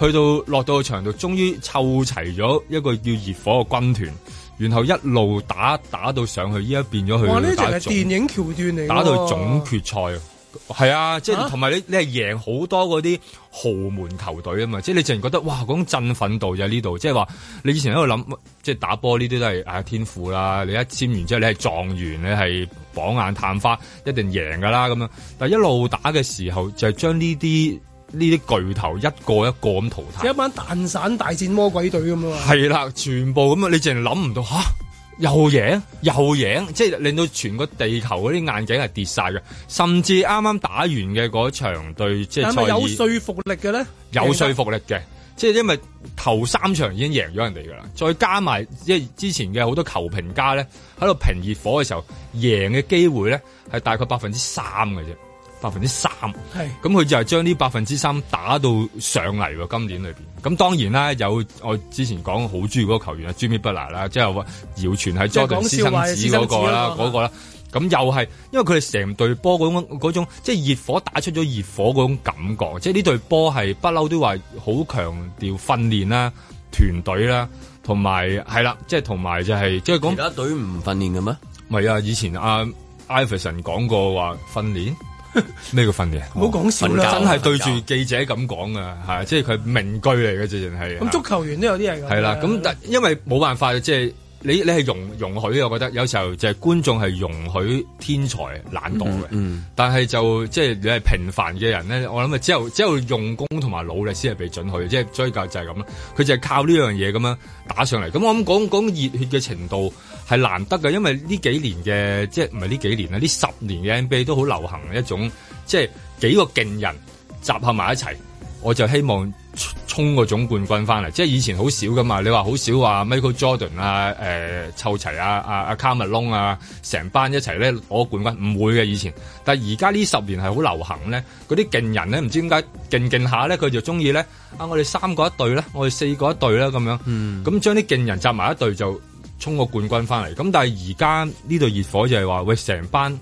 Speaker 3: 去到落到場度，終於湊齊咗一個叫熱火嘅軍團，然後一路打打到上去，依家變咗去
Speaker 4: 哇！呢
Speaker 3: 打
Speaker 4: 條係
Speaker 3: 總
Speaker 4: 電影橋段嚟㗎喎，
Speaker 3: 打到總決賽。係啊，即
Speaker 4: 啊
Speaker 3: 係同埋你你係贏好多嗰啲豪門球隊啊嘛，即係你自然覺得哇嗰種振奮度就喺呢度，即係話你以前喺度諗，即係打波呢啲都係啊天賦啦，你一簽完之後你係狀元，你係榜眼探花，一定贏噶啦咁樣。但係一路打嘅時候就係將呢啲呢啲巨頭一個一個咁淘汰
Speaker 4: 有。一班蛋散大戰魔鬼隊咁啊！
Speaker 3: 係啦，全部咁啊！你淨係諗唔到吓，又贏又贏，即係令到全個地球嗰啲眼鏡係跌晒嘅，甚至啱啱打完嘅嗰場對即係賽
Speaker 4: 係咪
Speaker 3: 爾
Speaker 4: 有啊說服力嘅咧？
Speaker 3: 有說服力嘅，即係因為頭三場已經贏咗人哋㗎啦，再加埋即係之前嘅好多球評家咧喺度評熱火嘅時候，贏嘅機會咧係大概百分之三嘅啫，百分之三。
Speaker 4: 係
Speaker 3: 咁佢就係將呢百分之三打到上嚟喎，今年裏邊。咁當然啦，有我之前講好中意嗰個球員啊，Jimmy Butler 啦，即係話謠傳係
Speaker 4: 即係
Speaker 3: Jordan
Speaker 4: 講
Speaker 3: 私
Speaker 4: 笑話嘅
Speaker 3: 生子嗰個啦
Speaker 4: 私生，子嗰個
Speaker 3: 嗰個啦。咁又係，因為佢哋成隊波嗰種嗰種，即係熱火打出咗熱火嗰種感覺，即係呢隊波係不嬲都話好強調訓練啦、團隊啦，同埋係啦，即係同埋就係、即係講
Speaker 2: 其他隊唔訓練嘅咩？
Speaker 3: 唔係啊，以前阿 Iverson 講過話訓練。咩叫訓練？啊
Speaker 4: 唔好講笑啦
Speaker 3: 真係對住記者咁講啊，係啊即係佢名句嚟嘅，直情係。
Speaker 4: 咁足球員都有啲係
Speaker 3: 係啦，咁但因為冇辦法，即係你你係容容許嘅，我覺得有時候就係觀眾係容許天才懶惰嘅，
Speaker 12: 嗯
Speaker 3: 但係就即係你係平凡嘅人咧，我諗啊，只有只有用功同埋努力先係被准許，即係追究就係咁啦。佢就係靠呢樣嘢咁樣打上嚟。咁我諗講講熱血嘅程度係難得嘅，因為呢幾年嘅即係唔係呢幾年啦，呢十年嘅 NBA 都好流行一種即係幾個勁人集合埋一齊。我就希望衝衝個總冠軍翻嚟，即係以前好少噶嘛。你話好少話 Michael Jordan 啊，誒、湊齊啊啊啊卡麥隆啊，成班一齊咧攞冠軍，唔會嘅以前。但係而家呢十年係好流行咧，嗰啲勁人咧，唔知點解勁勁下咧，佢就中意咧啊！我哋三個一隊啦，我哋四個一隊啦咁樣，咁將啲勁人集埋一隊就衝個冠軍翻嚟。咁但係而家呢隊熱火就係話，喂成班。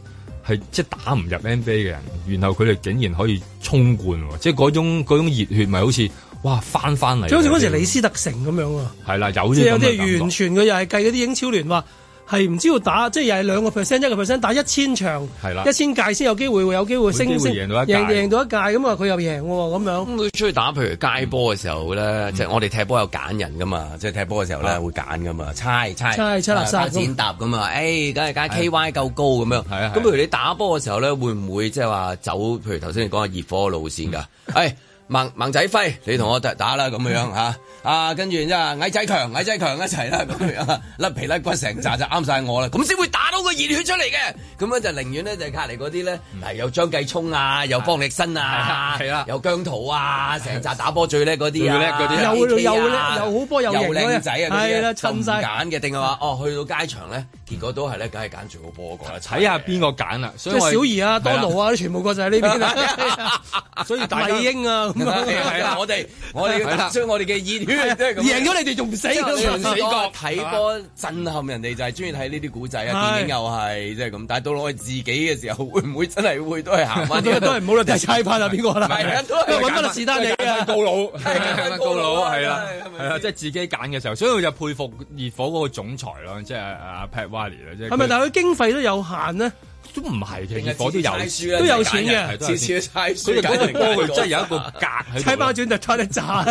Speaker 3: 係即係打唔入 NBA 嘅人，然後佢哋竟然可以衝冠喎，即係嗰種嗰種熱血咪好似哇翻翻嚟，
Speaker 4: 即係好似嗰時李斯特城咁樣啊。
Speaker 3: 係啦，有啲
Speaker 4: 即係
Speaker 3: 咁嘅
Speaker 4: 有啲
Speaker 3: 感
Speaker 4: 係完
Speaker 3: 覺
Speaker 4: 全佢又係計嗰啲英超聯話係唔知道打，即係又係兩個 percent 一個 percent 打一千場，
Speaker 3: 係啦
Speaker 4: 一千屆先有機會會有機會升
Speaker 2: 有機會
Speaker 4: 升
Speaker 2: 贏到一屆
Speaker 4: 贏贏到一屆咁啊，佢又贏喎咁嗯樣。
Speaker 2: 咁佢出去打，譬如街波嘅時候咧，即係我哋踢波有揀人噶嘛，即係踢波嘅時候咧會揀噶嘛，猜猜
Speaker 4: 啊猜猜垃圾啊
Speaker 2: 啊剪搭噶嘛，誒，梗係梗係 K Y 夠高咁樣。咁譬如你打波嘅時候咧，會唔會即係話走？譬如頭先你講嘅熱火嘅路線
Speaker 4: 嗯
Speaker 2: 㗎，誒，孟孟仔輝，你同我打打啦咁
Speaker 4: 嗯
Speaker 2: 樣嚇。啊，跟住然之後矮仔強、矮仔強一齊啦，咁樣啊甩皮甩骨成扎就啱晒我啦，咁先會打到個熱血出嚟嘅。咁樣就寧願咧就隔離嗰啲咧，
Speaker 4: 嗯
Speaker 2: 嗱有張繼聰啊，有方力申啊，係啦，有姜濤啊，成扎打波最叻嗰啲啊，AK 啊
Speaker 4: 又又又叻又好波又型嗰啲
Speaker 2: 靚仔啊，嗰啲
Speaker 4: 係啦，
Speaker 2: 就唔
Speaker 4: 襯晒
Speaker 2: 揀嘅，定係話哦去到街場咧，結果都係咧，梗係揀最好波
Speaker 4: [LAUGHS]
Speaker 2: 嗰個啦，
Speaker 3: 睇下邊個揀啦，
Speaker 4: 即
Speaker 3: 所以
Speaker 4: 係
Speaker 3: 我
Speaker 4: 小儀啊、
Speaker 3: 係
Speaker 4: 多
Speaker 3: 啦 [LAUGHS]
Speaker 4: 奴啊，全部過晒呢邊啊，
Speaker 3: 所以大家
Speaker 4: 麗
Speaker 3: [LAUGHS]
Speaker 4: 英啊咁啊
Speaker 2: 係啊係 [LAUGHS] 啊我哋我哋要打出我哋嘅熱血，即係咁樣
Speaker 4: 贏咗你哋仲唔死啊
Speaker 2: 即係我哋唔死角
Speaker 4: 係嘛
Speaker 2: 睇波震撼人哋就係中意睇呢啲古仔啊，
Speaker 4: 係
Speaker 2: 電影又係即係咁，但係到我哋自己嘅時候，會唔會真係會都係行翻
Speaker 4: [LAUGHS] 都
Speaker 2: 啲
Speaker 4: 係都係唔
Speaker 3: [LAUGHS]
Speaker 4: 好啦，第猜派啦邊個啦？ [LAUGHS]
Speaker 2: 係啊都係
Speaker 4: 揾翻律士丹利
Speaker 2: 都係揀
Speaker 4: 啊，
Speaker 2: 返
Speaker 3: 高佬
Speaker 4: [LAUGHS]
Speaker 2: 係啊
Speaker 3: 高佬係啦
Speaker 2: 係，咪
Speaker 3: 係啦，即係自己揀嘅時候，所以我就佩服熱火嗰個總裁咯，即係阿阿 Pat Riley 啦，即係佢
Speaker 4: 係咪？但係佢經費都有限咧，
Speaker 3: 都唔係嘅，熱火都有
Speaker 4: 都有錢嘅，
Speaker 3: 所以嗰隊波佢真係有一個格喺
Speaker 4: 猜
Speaker 3: 度啊
Speaker 4: 包
Speaker 3: 咯。
Speaker 4: 轉就差得渣。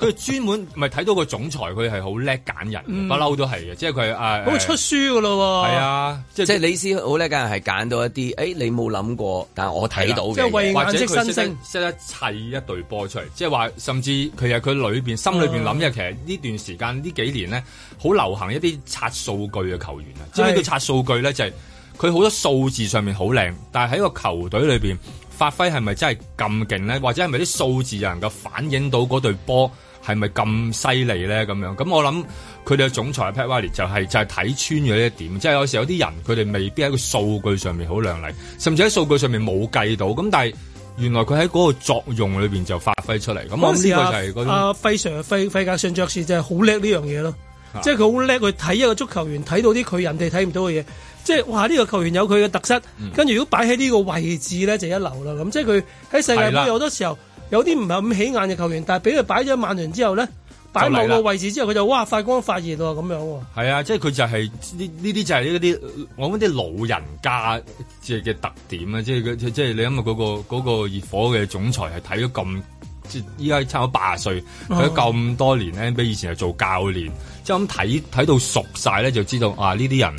Speaker 3: 佢專門咪睇到個總裁，佢係好叻揀人，
Speaker 4: 嗯
Speaker 3: 不嬲都係嘅，即係佢啊。
Speaker 4: 咁佢出書噶咯喎，
Speaker 3: 係啊，
Speaker 2: [LAUGHS] 即係李斯好咧，梗係揀到一啲，誒你冇諗過，但係我睇到嘅嘢，
Speaker 3: 或者佢識得識得砌一隊波出嚟，即係話甚至其實佢裏邊心裏邊諗嘅，其實呢段時間呢幾年咧，好流行一啲刷數據嘅球員啊，即係咩叫刷數據咧？就係佢好多數字上面好靚，但係喺個球隊裏邊發揮係咪真係咁勁咧？或者係咪啲數字又能夠反映到嗰隊波？係咪咁犀利咧？咁樣咁我諗佢哋嘅總裁 Pat Riley 就係、就係、睇穿咗呢一點，即係有時有啲人佢哋未必喺個數據上面好亮麗，甚至喺數據上面冇計到，咁但係原來佢喺嗰個作用裏邊就發揮出嚟。咁我諗
Speaker 4: 嗰陣時
Speaker 3: 呢個就係嗰
Speaker 4: 阿
Speaker 3: 種。
Speaker 4: 阿費 Sir 費費格遜爵士就係好叻呢樣嘢咯，即係佢好叻，佢睇一個足球員睇到啲佢人哋睇唔到嘅嘢，即係哇呢、個球員有佢嘅特質，
Speaker 3: 嗯
Speaker 4: 跟住如果擺喺呢個位置咧就一流啦咁，即係佢喺世界
Speaker 3: 係啦
Speaker 4: 盃有好多時候有啲唔係咁起眼嘅球員，但係俾佢擺咗曼聯之後咧，擺某
Speaker 3: 就嚟啦
Speaker 4: 個位置之後佢就哇發光發熱喎咁樣喎。
Speaker 3: 係啊，即係佢就係呢呢啲就係呢啲我諗啲老人家即係嘅特點啊，即係佢即即係你諗下嗰個嗰、個熱火嘅總裁係睇咗咁。即係依家差唔多八十歲，
Speaker 4: 哦
Speaker 3: 睇咗咁多年咧，比以前係做教練，即係咁睇睇到熟晒咧，就知道啊呢啲人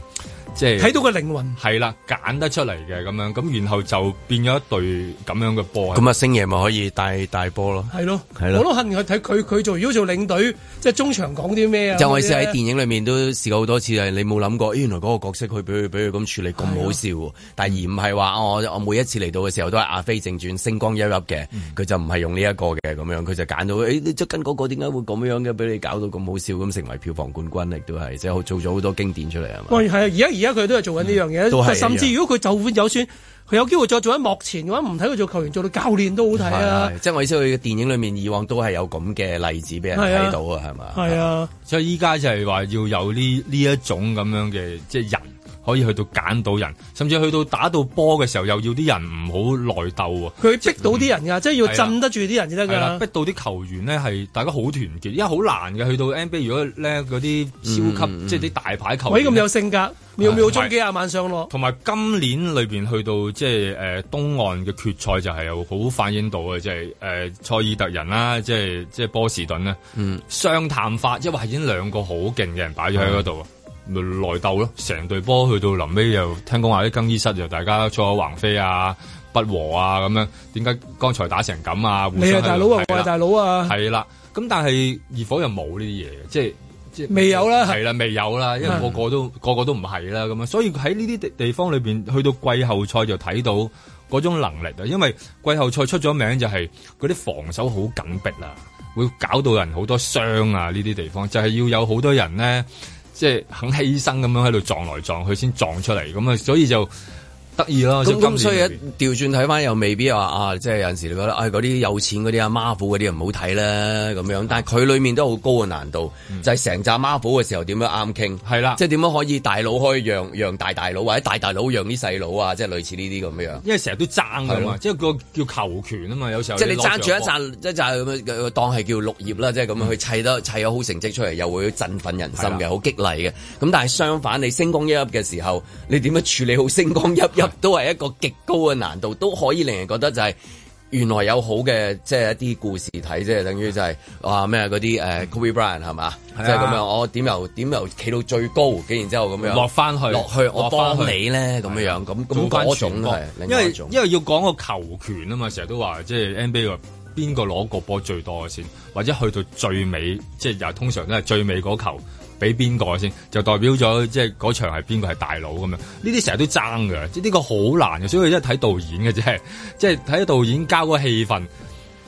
Speaker 3: 即係
Speaker 4: 睇到個靈魂
Speaker 3: 係啦，揀得出嚟嘅咁樣，咁然後就變咗一隊咁樣嘅波。
Speaker 2: 咁啊，星爺咪可以帶帶波咯。
Speaker 4: 係咯，
Speaker 2: 係咯
Speaker 4: 我都恨佢睇佢佢做如果做領隊，即係中場講啲咩啊？
Speaker 2: 就我意思
Speaker 4: 嗰啲
Speaker 2: 喺
Speaker 4: 呢
Speaker 2: 電影裏面都試過好多次，係你冇諗過，咦原來嗰個角色佢俾佢俾佢咁處理咁好笑喎，但而唔係話啊我我每一次嚟到嘅時候都係阿飛正傳星光熠熠嘅，佢就唔係用呢一個嘅咁樣，佢就揀到誒你即係跟嗰個點解會咁樣嘅，俾你搞到咁好笑咁成為票房冠軍，亦都係即係做咗好多經典出嚟係嘛？
Speaker 4: 喂，係啊！而家而家佢都係做緊呢樣嘢，
Speaker 2: 嗯都係
Speaker 4: 但甚至如果佢就算就算佢有機會再做喺幕前嘅話，唔睇佢做球員，做到教練都好睇啊！
Speaker 2: 係即係我意思，佢嘅電影裏面以往都係有咁嘅例子俾人
Speaker 4: 係啊
Speaker 2: 睇到啊，係嘛？
Speaker 4: 係啊，
Speaker 3: 所以依家就係話要有呢呢一種咁樣嘅即係人可以去到揀到人，甚至去到打到波嘅時候，又要啲人唔好內鬥喎。
Speaker 4: 佢逼到啲人㗎，即係要
Speaker 3: 係啦
Speaker 4: 鎮得住啲人先得
Speaker 3: 係啦，
Speaker 4: 㗎
Speaker 3: 逼。到啲球員咧係大家好團結，因為好難嘅。去到 NBA 如果咧嗰啲超級、即係啲大牌球
Speaker 4: 喂，
Speaker 3: 員
Speaker 4: 咁有性格，秒秒鐘
Speaker 3: 係
Speaker 4: 幾廿萬上落。
Speaker 3: 同埋今年裏邊去到即係誒東岸嘅決賽就係有好反映到嘅，即係誒塞爾特人啦，即係即係波士頓啦，嗯，雙探法，因為係已經兩個好勁嘅人擺咗喺嗰度。咪內鬥咯，成隊波去到臨尾又聽講話啲哎更衣室又大家左右橫飛啊、不和啊咁樣，點解剛才打成咁啊？互相
Speaker 4: 你係
Speaker 3: 喺度
Speaker 4: 大佬啊，
Speaker 3: 係
Speaker 4: 我
Speaker 3: 啦
Speaker 4: 係大佬
Speaker 3: [LAUGHS]
Speaker 4: 啊。
Speaker 3: 係啦，咁但係熱火又冇呢啲嘢嘅，即係即係
Speaker 4: 未有啦
Speaker 3: 係啦，未有啦，因為
Speaker 4: 嗯
Speaker 2: 啊
Speaker 3: 個個都個個都唔係啦，咁樣，所以喺呢啲地地方裏邊，去到季後賽就睇到嗰種能力啊，因為季後賽出咗名就係嗰啲防守好緊迫啊，會搞到人好多傷啊，呢啲地方就係、要有好多人咧，即係肯犧牲咁樣喺度撞來撞去先撞出嚟，咁啊，所以就得意咯。即
Speaker 2: 咁
Speaker 3: 係今
Speaker 2: 咁
Speaker 3: 年
Speaker 2: 所以
Speaker 3: 裏
Speaker 2: 一
Speaker 3: 邊
Speaker 2: 調轉睇翻又未必話啊，即係有陣時你覺得啊嗰啲有錢嗰啲啊 Marvel 嗰啲唔好睇啦咁樣，但係佢裡面都好高嘅難度，就係成扎 Marvel 嘅時候點樣啱傾，
Speaker 3: 嗯係啦，
Speaker 2: 即係點樣可以大佬可以讓讓大大佬或者大大佬讓啲細佬啊，即係類似呢啲咁樣。
Speaker 3: 因為成日都爭噶
Speaker 2: 係
Speaker 3: 嘛
Speaker 2: 咯，
Speaker 3: 即係個叫球權啊嘛，有時候
Speaker 2: 即係你
Speaker 3: 攞
Speaker 2: 揸住
Speaker 3: 個
Speaker 2: 一扎一扎咁樣嘅當係叫綠葉啦，即係咁樣去砌得砌有好成績出嚟，又會振奮人心
Speaker 3: 嗯係啦
Speaker 2: 嘅，好激勵嘅。咁但係相反，你星光熠熠嘅時候，你點樣處理好星光熠熠，都係一個極高嘅難度，都可以令人覺得就係、原來有好嘅，即係一啲故事睇，即係等於就係話咩啊嗰啲誒 Kobe Bryant 係嘛，
Speaker 3: 係
Speaker 2: 即
Speaker 3: 啊
Speaker 2: 係咁樣，我點由點由企到最高，跟然之後咁樣
Speaker 3: 落返去
Speaker 2: 落去，我
Speaker 3: 落返
Speaker 2: 幫
Speaker 3: 去
Speaker 2: 你咧咁樣樣，咁咁
Speaker 3: 做返
Speaker 2: 嗰
Speaker 3: 全
Speaker 2: 種
Speaker 3: 國
Speaker 2: 係另
Speaker 3: 因
Speaker 2: 外
Speaker 3: 為
Speaker 2: 一種。
Speaker 3: 因為要講個球權啊嘛，成日都話即係 NBA 話邊個攞個波最多先，或者去到最尾，即係又通常都係最尾嗰球俾邊個先，就代表咗即係嗰場係邊個係大佬咁樣。呢啲成日都爭嘅，即係呢個好難嘅，所以一睇導演嘅啫，即係睇導演交個氣氛。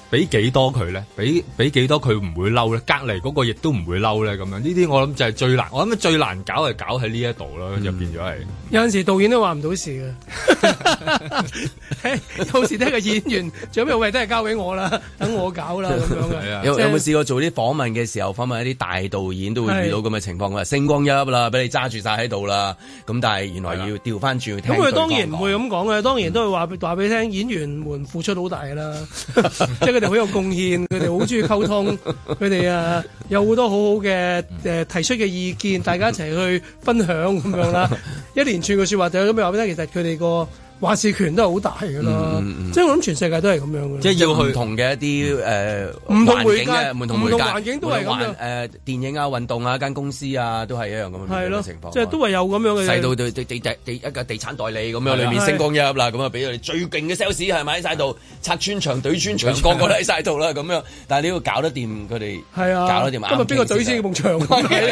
Speaker 3: 俾幾多佢咧？俾俾幾多佢唔會嬲咧？隔離嗰個亦都唔會嬲咧？咁樣呢啲我諗就係最難，我諗最難搞係搞喺呢一度咯，就變咗係。
Speaker 4: 有陣時導演都話唔到事嘅， [LAUGHS] 有時得個演員最尾喂都係交俾我啦，等我搞啦咁樣嘅。
Speaker 2: 啊有有冇
Speaker 4: 即係
Speaker 2: 試過做啲訪問嘅時候，訪問一啲大導演都會遇到咁嘅情況㗎？星光一粒啦，俾你揸住晒喺度啦。咁但係原來要調翻轉聽
Speaker 4: 咁
Speaker 2: 對
Speaker 4: 佢
Speaker 2: 方
Speaker 4: 當然唔會咁講嘅，當然都係
Speaker 2: 嗯
Speaker 4: 話話俾你聽，演員們付出好大㗎啦， [LAUGHS] 即係佢哋好有貢獻，佢哋好中意
Speaker 2: [LAUGHS]
Speaker 4: 溝通，佢哋啊有好多好好嘅
Speaker 2: 嗯
Speaker 4: 誒提出嘅意見，大家一齊去分享咁
Speaker 2: [LAUGHS]
Speaker 4: 樣啦。一連串嘅説話就咁樣話俾你聽，其實佢哋個話事權都係好大㗎啦
Speaker 2: 嗯嗯嗯。
Speaker 4: 即係我諗全世界都係咁樣嘅。
Speaker 2: 即係要去唔同嗯嘅一啲誒
Speaker 4: 唔同
Speaker 2: 環
Speaker 4: 媒
Speaker 2: 境啊
Speaker 4: 介
Speaker 2: 嘅唔同
Speaker 4: 唔
Speaker 2: 媒
Speaker 4: 同
Speaker 2: 介
Speaker 4: 環境都係咁
Speaker 2: 無論
Speaker 4: 樣
Speaker 2: 環誒電影啊、運動啊、間公司啊，都係一樣咁
Speaker 4: 係
Speaker 2: 樣
Speaker 4: 咯
Speaker 2: 嘅情況。
Speaker 4: 即係都係有咁樣嘅
Speaker 2: 細到地地地地地一個地產代理咁
Speaker 3: 係啊
Speaker 2: 樣，裏面星光一粒啦，咁啊俾佢哋最勁嘅 sales 係咪喺晒度拆穿牆、對穿牆，個個都喺晒度啦咁樣。但係你要搞得掂佢哋，
Speaker 4: 係啊，
Speaker 2: 搞得掂
Speaker 4: 今日邊個隊
Speaker 2: 隊
Speaker 4: 先
Speaker 2: [LAUGHS]
Speaker 4: 埲牆？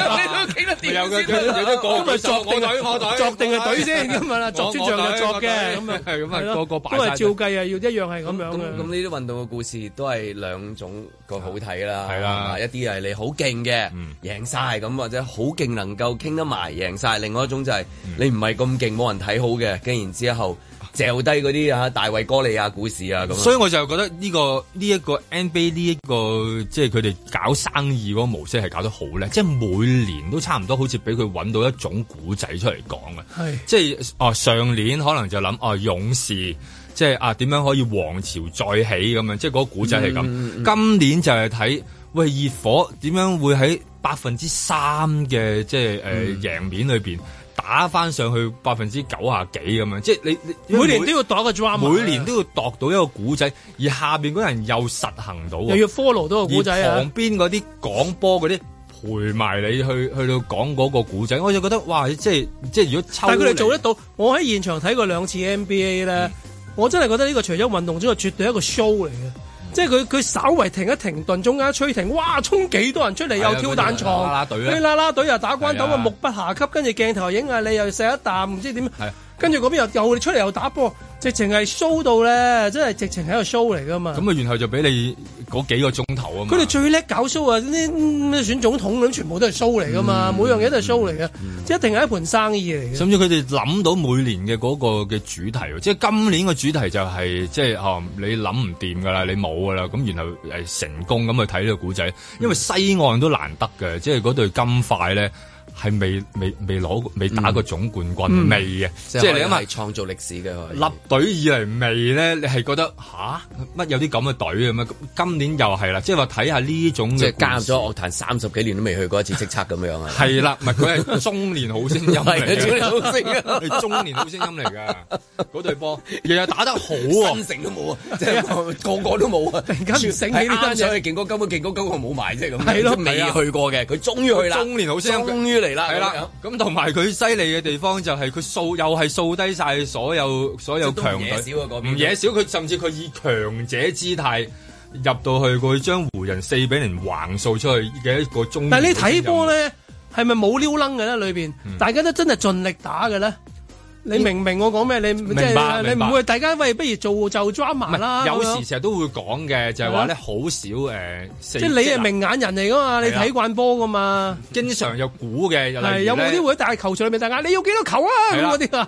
Speaker 2: 啊
Speaker 3: 有嘅，有有啲個個作定隊，我隊
Speaker 4: 作定係
Speaker 2: [LAUGHS]
Speaker 4: 隊先咁啊啦，作專長就作嘅咁啊，
Speaker 3: 係咁
Speaker 4: 係
Speaker 3: 啊，
Speaker 4: 咯
Speaker 3: 個個擺
Speaker 4: 都
Speaker 3: 晒
Speaker 4: 係照計啊，要一樣係咁樣
Speaker 2: 咁咁
Speaker 4: 嘅。
Speaker 2: 呢啲運動嘅故事都係兩種個好睇啦，
Speaker 3: 係啦
Speaker 2: 係嘛一啲係你好勁嘅贏晒咁，或者好勁能夠傾得埋贏晒；另外一種就係你唔係咁勁，冇人睇好嘅，跟然之後嚼低嗰啲啊大衛哥利亞故事啊咁。
Speaker 3: 所以我就覺得呢、個呢一、個 NBA 呢、一個即係佢哋搞生意嗰個模式係搞得好咧，即係每年都差唔多，好似俾佢揾到一種古仔出嚟講啊！
Speaker 4: 係
Speaker 3: 即係哦，上年可能就諗哦勇士。即係啊，點樣可以王朝再起咁樣？即係嗰個古仔係咁。
Speaker 4: 嗯
Speaker 3: 今年就係睇喂熱火點樣會喺百分之三嘅即係誒、呃
Speaker 4: 嗯
Speaker 3: 贏面裏邊打翻上去百分之九啊幾咁樣。即係你你
Speaker 4: 每年都要啊度一個 drama，
Speaker 3: 每年都要度到一個古仔，而下邊嗰人又實行到喎，
Speaker 4: 又要 follow 到個古仔
Speaker 3: 而
Speaker 4: 啊
Speaker 3: 旁。邊嗰啲講波嗰啲陪埋你去去到講嗰個古仔，我就覺得哇！即係即係如果抽
Speaker 4: 但係佢哋做
Speaker 3: 嚟
Speaker 4: 得到。我喺現場睇過兩次 NBA 咧，我真係覺得呢個除咗運動之外，絕對係一個 show 嚟嘅。即係佢佢稍為停一停頓，中間吹停，哇！衝幾多人出嚟，
Speaker 3: 係啊
Speaker 4: 又跳彈床，
Speaker 3: 嗰啲啦啦隊啊
Speaker 4: 啲啦啦隊又打關鬥
Speaker 3: 係啊
Speaker 4: 啊，目不暇給，跟住鏡頭影下你又食一啖，唔知點
Speaker 3: 啊，
Speaker 4: 跟住嗰邊又又出嚟又打波，直情係 show 到咧，真係直情係一個 show 嚟噶嘛。
Speaker 3: 咁啊，然後就俾你嗰幾個鐘頭啊嘛
Speaker 4: 佢哋。最叻搞 show 啊！呢啲咩選總統嗰啲全部都係 show 嚟噶
Speaker 3: 嗯
Speaker 4: 嘛，每樣嘢都係 show 嚟嘅，即係一定係一盤生意嚟嘅。 [LAUGHS]
Speaker 3: 甚至佢哋諗到每年嘅嗰個嘅主題喎，即係今年嘅主題就係、即係哦，你諗唔掂㗎啦，你冇㗎啦，咁然後誒成功咁去睇呢個古仔，因為西岸都難得嘅，即係嗰對金塊咧係未未未攞過未打過總冠軍，
Speaker 2: 嗯
Speaker 3: 未嘅，即
Speaker 2: 即
Speaker 3: 係
Speaker 2: 係
Speaker 3: 你
Speaker 2: 你
Speaker 3: 諗下
Speaker 2: 係。創造歷史嘅佢。
Speaker 3: 立隊以嚟未咧，你係覺得吓，乜有啲咁嘅隊嘅咩？咁今年又係啦，即係話睇下呢種
Speaker 2: 即
Speaker 3: 嘅
Speaker 2: 係加入咗樂壇三十幾年都未去過一次叱咤咁樣啊！
Speaker 3: 係啦，唔係佢係中年好聲音 [LAUGHS] 嚟
Speaker 2: 係
Speaker 3: 嘅，
Speaker 2: 中年好啊聲音
Speaker 3: [LAUGHS] 佢中年好聲音嚟㗎。嗰隊波日日打得好
Speaker 2: [LAUGHS]
Speaker 3: 喎，
Speaker 2: 新城都冇啊，即係個個都冇啊！突然
Speaker 3: 間唔醒 [LAUGHS] 起呢單嘢
Speaker 2: 去勁歌金曲，勁歌金曲冇埋啫咁樣。
Speaker 3: 係啊咯
Speaker 2: 即未去過嘅，佢終於去啦。
Speaker 3: 中年好聲音，
Speaker 2: 終於
Speaker 4: 啊
Speaker 2: 嚟啦，
Speaker 3: 係啦。咁同埋佢犀利嘅地方就係佢掃又係掃低晒所有所有強隊，
Speaker 2: 即係都唔惹少啊嗰邊
Speaker 3: 唔惹少。佢甚至佢以強者姿態入到去，佢將湖人四比零橫掃出去嘅一個中。
Speaker 4: 但係你睇波咧，係咪冇撩楞嘅咧？裏邊
Speaker 3: 嗯
Speaker 4: 大家都真係盡力打嘅咧。你明唔明我講咩？你即
Speaker 3: 嗯明
Speaker 4: 係
Speaker 3: 白
Speaker 4: 你
Speaker 3: 明白
Speaker 4: 唔會大家喂，不如做就 drama 啦。
Speaker 3: 有
Speaker 4: 咁樣
Speaker 3: 時成日都會講嘅，就係話咧
Speaker 4: 係
Speaker 3: 好少誒四，
Speaker 4: 即係你係明眼人嚟噶嘛？
Speaker 3: 啊
Speaker 4: 你
Speaker 3: 係啦
Speaker 4: 睇慣波噶嘛？
Speaker 3: 經常有估嘅，例如
Speaker 4: 係
Speaker 3: 呢
Speaker 4: 有冇啲會喺大球場裏面大家你要幾多球啊？
Speaker 3: 係
Speaker 4: 咁
Speaker 3: 啦
Speaker 4: 嗰啲啊，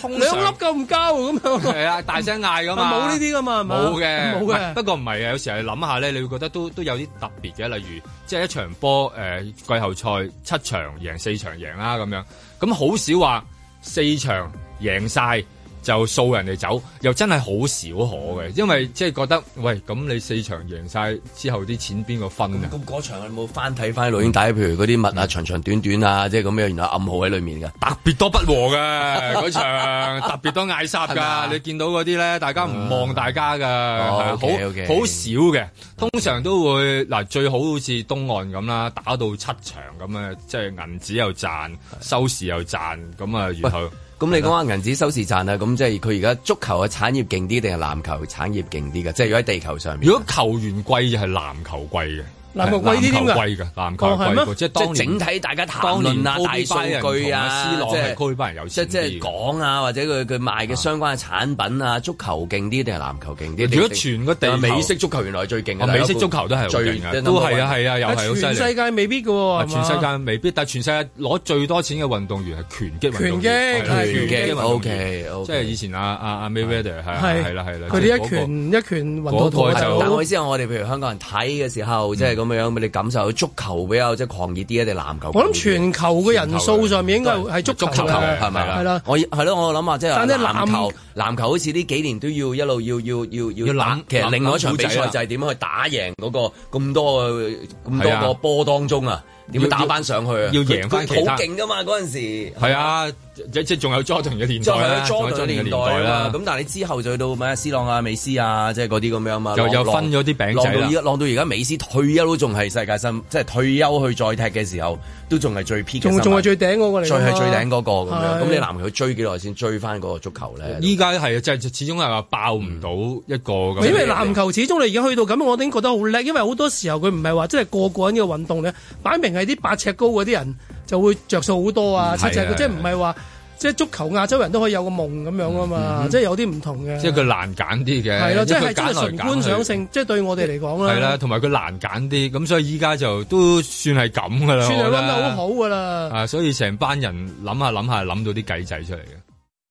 Speaker 3: 通
Speaker 4: [LAUGHS] 兩
Speaker 3: 常
Speaker 4: 粒夠唔夠咁樣？
Speaker 3: 係啊，大聲嗌噶嘛，
Speaker 4: 冇呢啲㗎 [LAUGHS] 嘛係嘛
Speaker 3: 冇嘅，
Speaker 4: 冇嘅
Speaker 3: 唔係不過唔係嘅，有時係諗下咧，你會覺得都都有啲特別嘅，例如即係一場波誒、呃季後賽七場贏四場贏啦咁樣，咁好少話四場贏晒就掃人哋走，又真係好少可嘅，因為即係覺得喂，咁你四場贏晒之後啲錢邊個分啊？
Speaker 2: 咁嗰場有冇翻睇翻錄影帶？譬如嗰啲
Speaker 3: 嗯
Speaker 2: 物啊，長長短短啊，即係咁樣，然後暗號喺裏面嘅。
Speaker 3: 特別多不和
Speaker 2: [LAUGHS]
Speaker 3: 嘅嗰場，特別多嗌殺㗎。你見到嗰啲咧，大家唔望大家㗎，
Speaker 2: 哦
Speaker 3: 係啊好
Speaker 2: OK，OK
Speaker 3: 好少嘅。通常都會嗱，最好好似東岸咁啦，打到七場咁啊，即係銀紙又賺，收視又賺，咁啊，然後
Speaker 2: 咁你講下銀紙收視賺啊，咁即係佢而家足球嘅產業勁啲定係籃球產業勁啲嘅？即係如果喺地球上面，
Speaker 3: 如果球員貴就係籃球貴嘅。
Speaker 2: 籃球貴啲添㗎
Speaker 3: 籃球貴㗎，籃球
Speaker 2: 哦係
Speaker 3: 貴
Speaker 2: 咩
Speaker 3: 過，即係當
Speaker 2: 即係
Speaker 3: 年
Speaker 2: 整體大家
Speaker 3: 當
Speaker 2: 談
Speaker 3: 年
Speaker 2: 論啊、
Speaker 3: Kobe
Speaker 2: 大數據啊
Speaker 3: Bryant 同，
Speaker 2: 即
Speaker 3: 斯朗係
Speaker 2: 係
Speaker 3: Kobe Bryant 有
Speaker 2: 即係即係講啊，或者佢佢賣嘅相關嘅產品啊，足球勁啲定係籃球勁啲？
Speaker 3: 如果全個地球
Speaker 2: 啊美式足球原來係最勁
Speaker 3: 啊
Speaker 2: 嘅，
Speaker 3: 美式足球都係好勁嘅都係啊係啊又係好犀利
Speaker 4: 全世界未必嘅
Speaker 3: 啊
Speaker 4: 喎，
Speaker 3: 全世界未必，但係全世界攞最多錢嘅運動員係拳擊運動員，
Speaker 4: 拳擊
Speaker 3: 係啦
Speaker 4: 係拳擊
Speaker 3: 拳擊運動員
Speaker 2: OK，OK
Speaker 3: 即係以前阿阿阿 Mayweather 係啊
Speaker 4: 係
Speaker 3: 係啦係啦，
Speaker 4: 佢
Speaker 3: 即係嗰
Speaker 4: 哋一
Speaker 3: 個
Speaker 4: 拳一拳運到
Speaker 2: 嗰
Speaker 4: 頭
Speaker 2: 個
Speaker 4: 啊大佬
Speaker 2: 就，但我意思係我哋譬如香港人睇嘅時候，即
Speaker 3: 嗯
Speaker 2: 係咁樣，你感受到足球比較即係狂熱啲啊，定籃球？
Speaker 4: 我諗全球嘅人數上面應該係足球
Speaker 2: 足球
Speaker 4: 嘅
Speaker 2: 係咪啊？
Speaker 4: 係啦，
Speaker 2: 我係咯，我諗啊，即係
Speaker 4: 但係
Speaker 2: 籃
Speaker 4: 籃
Speaker 2: 球，籃球好似呢幾年都要一路要要要要
Speaker 3: 要諗
Speaker 2: 打其實
Speaker 3: 諗
Speaker 2: 另外一場
Speaker 3: 諗
Speaker 2: 比
Speaker 3: 古仔
Speaker 2: 賽
Speaker 3: 啊啦
Speaker 2: 就係點樣去打贏嗰個咁多嘅咁
Speaker 3: 係啊
Speaker 2: 多個波當中啊，點樣
Speaker 3: 要
Speaker 2: 打翻上去啊？
Speaker 3: 要贏返
Speaker 2: 佢
Speaker 3: 其
Speaker 2: 佢
Speaker 3: 他
Speaker 2: 好勁噶嘛嗰陣時。
Speaker 3: 係啊，即即仲有 Jordan 嘅年
Speaker 2: 即
Speaker 3: 代
Speaker 2: 係
Speaker 3: 啦，
Speaker 2: 喺
Speaker 3: 仲有
Speaker 2: Jordan 嘅年代啦，咁但係你之後就去到咩斯朗啊、美斯啊，即係嗰啲咁樣嘛，
Speaker 3: 又
Speaker 2: 浪
Speaker 3: 又分咗啲餅仔
Speaker 2: 浪
Speaker 3: 啦
Speaker 2: 到而家，浪到而家美斯退休都仲係世界新，即係退休去再踢嘅時候，都仲係最 peak 嘅
Speaker 4: 仲
Speaker 2: 身份
Speaker 4: 仲係最頂嗰個嚟㗎
Speaker 2: 最
Speaker 4: 嘛，
Speaker 2: 係最頂嗰個咁樣。
Speaker 4: 係
Speaker 2: 咁你籃球追幾耐先追翻嗰個足球咧？
Speaker 3: 依家係啊，即係始終係話爆唔到一個咁。
Speaker 4: 因為籃球始終你而家去到咁，我已經覺得好叻，因為好多時候佢唔係話真係個個人嘅運動咧，擺明係啲八尺高嗰啲人就會着數好多啊，
Speaker 3: 嗯
Speaker 4: 七尺
Speaker 3: 係啊
Speaker 4: 即係唔係話即係足球亞洲人都可以有個夢咁樣啊嘛，即係有啲唔同嘅。
Speaker 3: 嗯即係佢難揀啲嘅，
Speaker 4: 係咯，即
Speaker 3: 因為
Speaker 4: 係真係
Speaker 3: 揀來
Speaker 4: 純
Speaker 3: 揀
Speaker 4: 觀
Speaker 3: 去
Speaker 4: 賞性，啊即係對我哋嚟講啦，
Speaker 3: 係啦，同埋佢難揀啲，咁所以依家就都算係咁噶啦，
Speaker 4: 算係
Speaker 3: 我覺
Speaker 4: run
Speaker 3: 得
Speaker 4: 得好好噶啦。
Speaker 3: 啊，所以成班人諗下諗下諗到啲計仔出嚟嘅。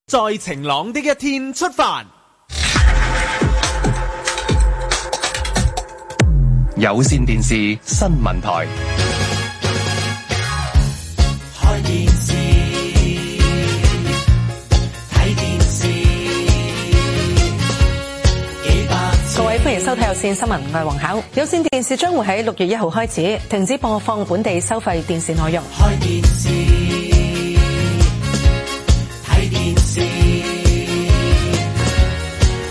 Speaker 5: 在晴朗的一天出發。
Speaker 13: 有線電視新聞台，
Speaker 12: 開電視，睇電視，幾百
Speaker 14: 各位歡迎收睇有線新聞，我係黃巧。有線電視將會喺六月一號開始停止播放本地收費電視內容。
Speaker 12: 開電視，睇電視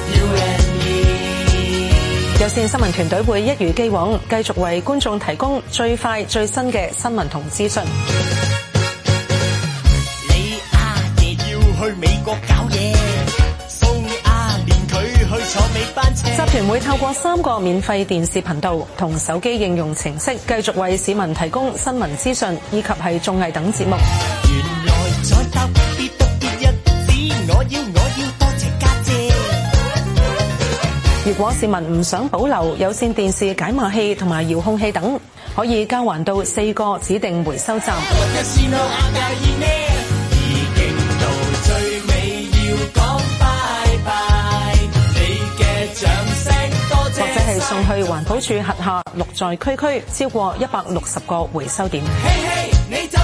Speaker 12: ，U N E。
Speaker 14: 有線新聞團隊會一如既往，繼續為觀眾提供最快最新嘅新聞同資訊。
Speaker 12: 你阿爺要去美國搞嘢，蘇阿連佢去坐尾班車。
Speaker 14: 集團會透過三個免費電視頻道同手機應用程式，繼續為市民提供新聞資訊以及係綜藝等節目。
Speaker 12: 原來再交別特別日子，我要我要多謝家姐。
Speaker 14: 如果市民唔想保留有線電視解碼器同埋遙控器等，可以交還到四個指定回收站。
Speaker 12: 一線路阿介意咩？已經到最尾要講拜拜，你嘅掌聲多
Speaker 14: 或者
Speaker 12: 謝
Speaker 14: 係送去環保署轄下綠在區區超過一百六十個回收點。
Speaker 12: 嘿嘿，你走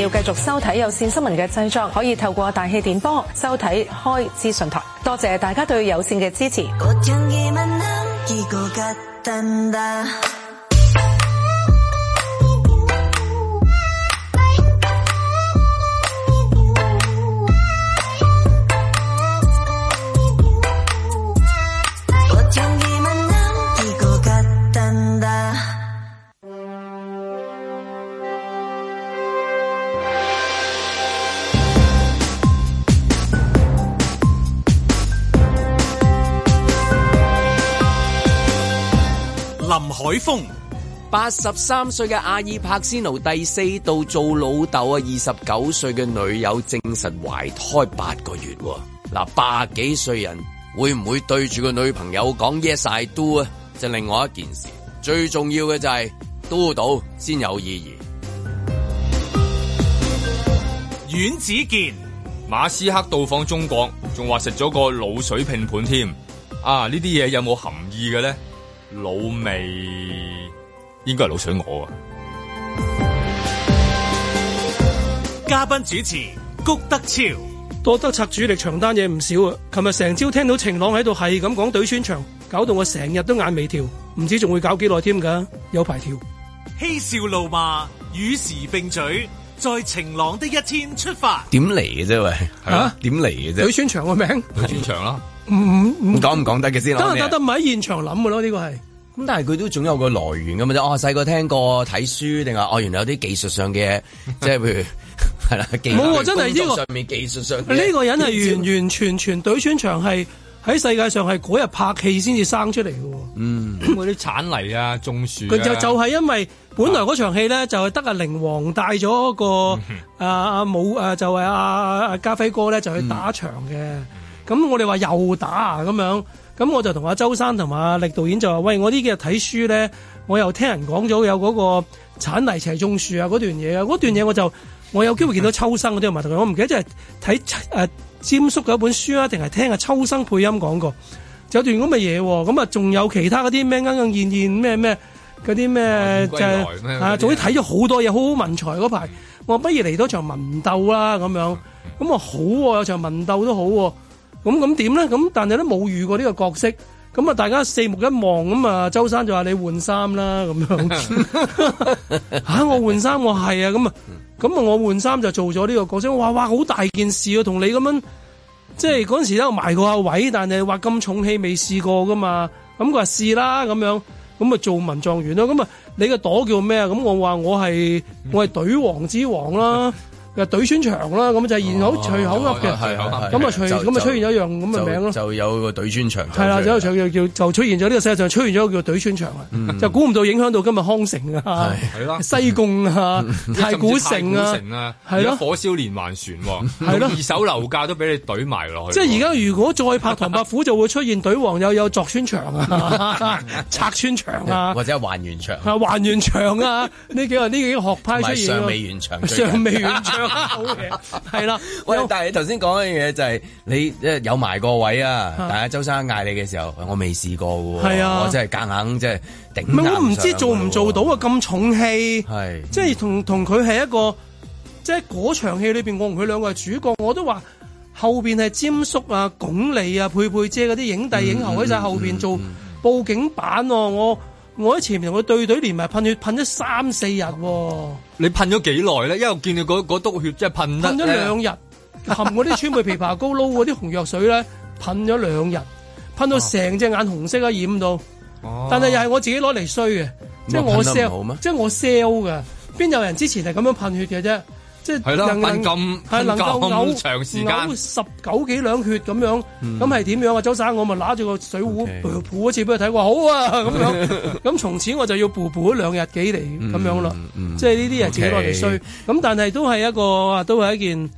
Speaker 14: 要繼續收睇有線新聞嘅製作，可以透過大氣電波收睇開資訊台。多謝大家對有線嘅支持。
Speaker 15: 걱정이 만남 기고 갔단다 걱정이 만남 기고 갔단다
Speaker 1: 林海峰、
Speaker 2: 八十三歲嘅阿爾帕仙奴第四度做老豆啊！二十九歲嘅女友證實懷胎八個月喎。嗱，八幾歲人會唔會對住個女朋友講 yes I do 啊？就另外一件事。最重要嘅就係 do 到先有意義。
Speaker 1: 阮子健、
Speaker 3: 馬斯克到訪中國，仲話食咗個滷水拼盤添。啊，呢啲嘢有冇含義嘅咧？滷味應該係滷水鵝啊！
Speaker 1: 嘉賓主持谷德超，
Speaker 4: 多得拆主力長單嘢唔少啊！琴日成朝聽到晴朗喺度係咁講對穿牆，搞到我成日都眼眉跳，唔知仲會搞幾耐添㗎，有排
Speaker 3: [LAUGHS]
Speaker 4: 跳。
Speaker 1: 嬉笑怒罵，與時並舉，在晴朗的一天出發。
Speaker 2: 點嚟嘅啫喂？嚇點嚟嘅啫？
Speaker 4: 對穿牆個名
Speaker 3: 嗯
Speaker 2: 佢專長啦，
Speaker 4: 唔唔
Speaker 2: 唔講唔講得嘅先啦。
Speaker 4: 得啊
Speaker 2: 我哋
Speaker 4: 得得，唔係喺現場諗嘅咯，呢個係。
Speaker 2: 咁但係佢都總有個來源㗎嘛啫。哦，細個聽過睇書定係哦，原來有啲技術上
Speaker 4: [LAUGHS]
Speaker 2: 嘅嘢，即係譬如 [LAUGHS] 係啦，技術
Speaker 4: 冇啊喎真係呢個
Speaker 2: 工作上面技術上嘅
Speaker 4: 呢個
Speaker 2: [LAUGHS]
Speaker 4: 人係完完全全對穿牆係喺世界上係嗰日拍戲先至生出嚟嘅喎。
Speaker 3: 嗯，嗰啲產泥啊、種樹啊
Speaker 4: 佢就就係因為本來嗰場戲咧，就係得阿靈王帶咗個
Speaker 3: 嗯
Speaker 4: 啊啊武啊，就係阿阿家輝哥咧就去
Speaker 3: 嗯
Speaker 4: 打場嘅。咁我哋話又打啊咁樣，咁我就同阿周生同埋阿力導演就話：喂，我呢幾日睇書咧，我又聽人講咗有嗰個剷泥齊種樹啊嗰段嘢啊，嗰段嘢我就我有機會見到秋生嗰啲問題，我唔記得即係睇誒詹叔嘅一本書啊，定係聽阿秋生配音講過。有段咁嘅嘢喎，咁啊仲有其他嗰啲咩鶯鶯燕燕咩咩嗰啲咩就
Speaker 3: 歸來
Speaker 4: 係
Speaker 3: 咩嗰啲嗯
Speaker 4: 啊，總之睇咗好多嘢，好好文才嗰排。我話不如嚟多場文鬥啦咁樣，咁我好喎、有場文鬥都好喎、咁咁點咧？咁但係都冇遇過呢個角色，咁啊大家四目一望咁啊，周生就話你換衫啦咁樣。
Speaker 3: [LAUGHS]
Speaker 4: [LAUGHS] 吓、啊我換衫，我係啊，咁啊，
Speaker 2: 嗯
Speaker 4: 咁啊，我換衫就做咗呢個角色。哇哇，好大件事啊，同你咁樣，即係嗰陣時咧，我埋過下位，但係話咁重戲未試過噶嘛。咁佢話試啦，咁樣，咁啊做文狀元咯。咁啊，你個朵叫咩啊？咁我話我係
Speaker 2: 嗯
Speaker 4: 我係隊王之王
Speaker 2: [LAUGHS]
Speaker 4: 啦，又隊穿牆啦，咁就係現口隨口噏嘅。
Speaker 2: 哦係係
Speaker 4: 咁啊隨
Speaker 2: 就
Speaker 4: 咁啊出現咗一樣咁嘅
Speaker 2: 就
Speaker 4: 名咯
Speaker 2: 就有個對穿牆
Speaker 4: 係啦，有一場叫叫就出現咗呢個世界上出現咗一個叫隊穿牆啊，
Speaker 2: 嗯
Speaker 4: 就估唔到影響到今日康城啊
Speaker 3: 係係啦、
Speaker 4: 西貢啊、 [LAUGHS] 太古城
Speaker 3: 甚至太古
Speaker 4: 啊
Speaker 3: 城啊，，
Speaker 4: 係
Speaker 3: 而家
Speaker 4: 咯。
Speaker 3: 火燒連環船喎，
Speaker 4: 係咯
Speaker 3: 二手樓價都俾你懟埋落去
Speaker 4: 即。係而家如果再拍《唐伯虎》，就會出現隊王又有鑿穿牆啊、拆穿牆
Speaker 2: [LAUGHS]
Speaker 4: 啊、
Speaker 2: 或者係還原牆，
Speaker 4: 啊還原牆啊，呢幾個呢幾個學派
Speaker 2: 同
Speaker 4: 出
Speaker 2: 埋
Speaker 4: 現咯
Speaker 2: 尚未完場，
Speaker 4: 尚未
Speaker 2: [LAUGHS]
Speaker 4: 完場好嘢，係啦。
Speaker 2: 喂，但係你頭先講嘅嘢就係你即係有埋個位啊，
Speaker 4: 啊
Speaker 2: 但係周生嗌你嘅時候，我未試過嘅喎，
Speaker 4: 係啊
Speaker 2: 我真係夾硬即係頂
Speaker 4: 唔係我唔
Speaker 2: 硬
Speaker 4: 知
Speaker 2: 上
Speaker 4: 做唔
Speaker 2: 嘅喎
Speaker 4: 做到啊！咁重戲，
Speaker 2: 係
Speaker 4: 即係同同佢係一個，即係嗰場戲裏邊，我同佢兩個係主角，我都話後邊係詹叔啊、鞏俐啊、佩佩姐嗰啲影帝影后喺晒後邊做報警版喎、我我喺前面同佢對隊連埋噴血噴咗三四日喎、
Speaker 3: 你噴咗幾耐咧？因為我見你嗰嗰篤血真係噴得
Speaker 4: 噴咗
Speaker 2: 哎
Speaker 4: 兩日，含嗰啲川貝枇杷膏撈嗰啲紅藥水咧，噴咗兩日，噴到成隻眼紅色啊，染到。
Speaker 2: 哦
Speaker 4: 但係又係我自己攞嚟衰嘅，即係
Speaker 2: 噴啊得唔
Speaker 4: 我
Speaker 2: 好
Speaker 4: sell，
Speaker 2: 咩
Speaker 4: 即係我 sell 嘅。邊有人之前係咁樣噴血嘅啫？即係
Speaker 3: 係啦
Speaker 4: 能
Speaker 3: 噴咁
Speaker 4: 能係能夠
Speaker 3: 噴咁
Speaker 4: 嘔
Speaker 3: 長時間
Speaker 4: 嘔十九幾兩血咁樣，
Speaker 2: 嗯
Speaker 4: 咁係點樣啊？周生，我咪揦住個水壺噗噗一次俾佢睇，話好啊咁
Speaker 2: [LAUGHS]
Speaker 4: 樣。咁從此我就要噗噗兩日幾嚟
Speaker 2: 嗯
Speaker 4: 啊咁樣咯。即係呢啲係自己攞嚟衰。咁但係都係一個都係一件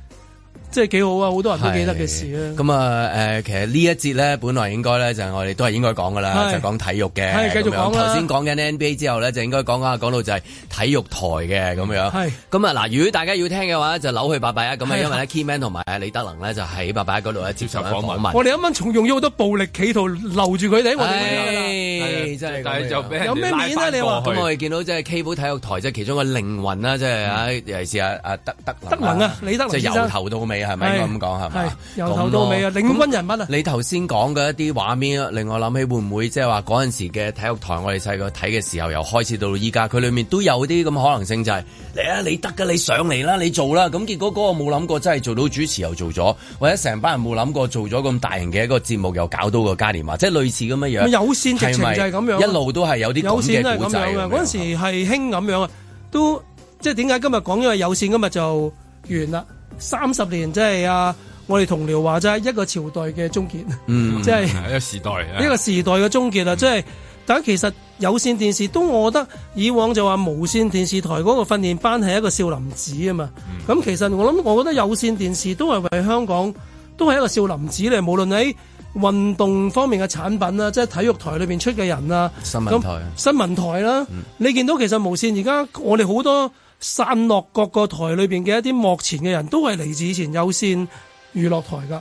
Speaker 4: 即係幾好啊！好多人都記得嘅事啊。
Speaker 2: 咁啊誒，其實呢一節咧，本來應該咧就係我哋都係應該講噶啦，
Speaker 4: 係
Speaker 2: 就係講體育嘅。
Speaker 4: 係繼續
Speaker 2: 咁樣
Speaker 4: 講啦
Speaker 2: 頭先講緊 NBA 之後咧，就應該講下講到就係體育台嘅咁樣。
Speaker 4: 係
Speaker 2: 咁啊嗱，如果大家要聽嘅話，就扭去八八一咁
Speaker 4: 係
Speaker 2: 啊，
Speaker 4: 啊
Speaker 2: 因為咧 Keyman 同埋李德能咧就喺八八一嗰度咧接受緊訪問。
Speaker 4: 我哋啱啱仲用咗好多暴力企圖留住佢哋，我啊
Speaker 2: 唉
Speaker 4: 哋
Speaker 2: 真係咁樣
Speaker 4: 但係就俾人哋
Speaker 2: 有咩面
Speaker 4: 拉
Speaker 2: 啊？
Speaker 4: 返
Speaker 2: 你話
Speaker 4: 過去
Speaker 2: 咁我哋見到即係 K 寶體育台即係其中個靈魂啦，即係啊，尤其是啊啊德德
Speaker 4: 嗯德能啊李德能
Speaker 2: 即係
Speaker 4: 先
Speaker 2: 由
Speaker 4: 生
Speaker 2: 頭到尾係咪
Speaker 4: 係
Speaker 2: 應該咁講係
Speaker 4: 係
Speaker 2: 咪？
Speaker 4: 由頭到尾啊
Speaker 2: 咁咯
Speaker 4: 領軍人物
Speaker 2: [LAUGHS]
Speaker 4: 啊！
Speaker 2: 你頭先講嘅一啲畫面，令我諗起會唔會即係話嗰陣時嘅體育台，我哋細個睇嘅時候，由開始到依家，佢裡面都有啲咁可能性，就係嚟啊，你得㗎，你上嚟啦，你做啦。咁結果嗰個冇諗過，真係做到主持又做咗，或者成班人冇諗過做咗咁大型嘅一個節目，又搞到個嘉年華，即係類似咁樣樣。
Speaker 4: 有線直情就係咁樣啊
Speaker 2: 嗯一路都係有啲
Speaker 4: 有
Speaker 2: 咁啊
Speaker 4: 線都
Speaker 2: 嘅
Speaker 4: 係
Speaker 2: 古
Speaker 4: 咁
Speaker 2: 仔
Speaker 4: 樣嘅，嗰陣時係興咁樣啊，都即係點解今日講因為有線今日就完啦，三十年即係啊，我哋同僚話齋一個朝代嘅終結，
Speaker 3: 嗯，
Speaker 4: [LAUGHS] 即係
Speaker 3: 係一個時代，
Speaker 4: 啊
Speaker 3: 啊
Speaker 4: 呢個時代嘅終結啦，即係。但其實有線電視都，我覺得以往就話無線電視台嗰個訓練班係一個少林寺啊嘛。咁、其實我諗，我覺得有線電視都係為香港都係一個少林寺嚟，無論喺運動方面嘅產品啦，即係體育台裏邊出嘅人啊，
Speaker 2: 新聞
Speaker 4: 咁
Speaker 2: 台啊嗯
Speaker 4: 新聞台啦。你見到其實無線而家我哋好多散落各個台裏邊嘅一啲幕前嘅人都係嚟自以前有線娛樂台㗎，係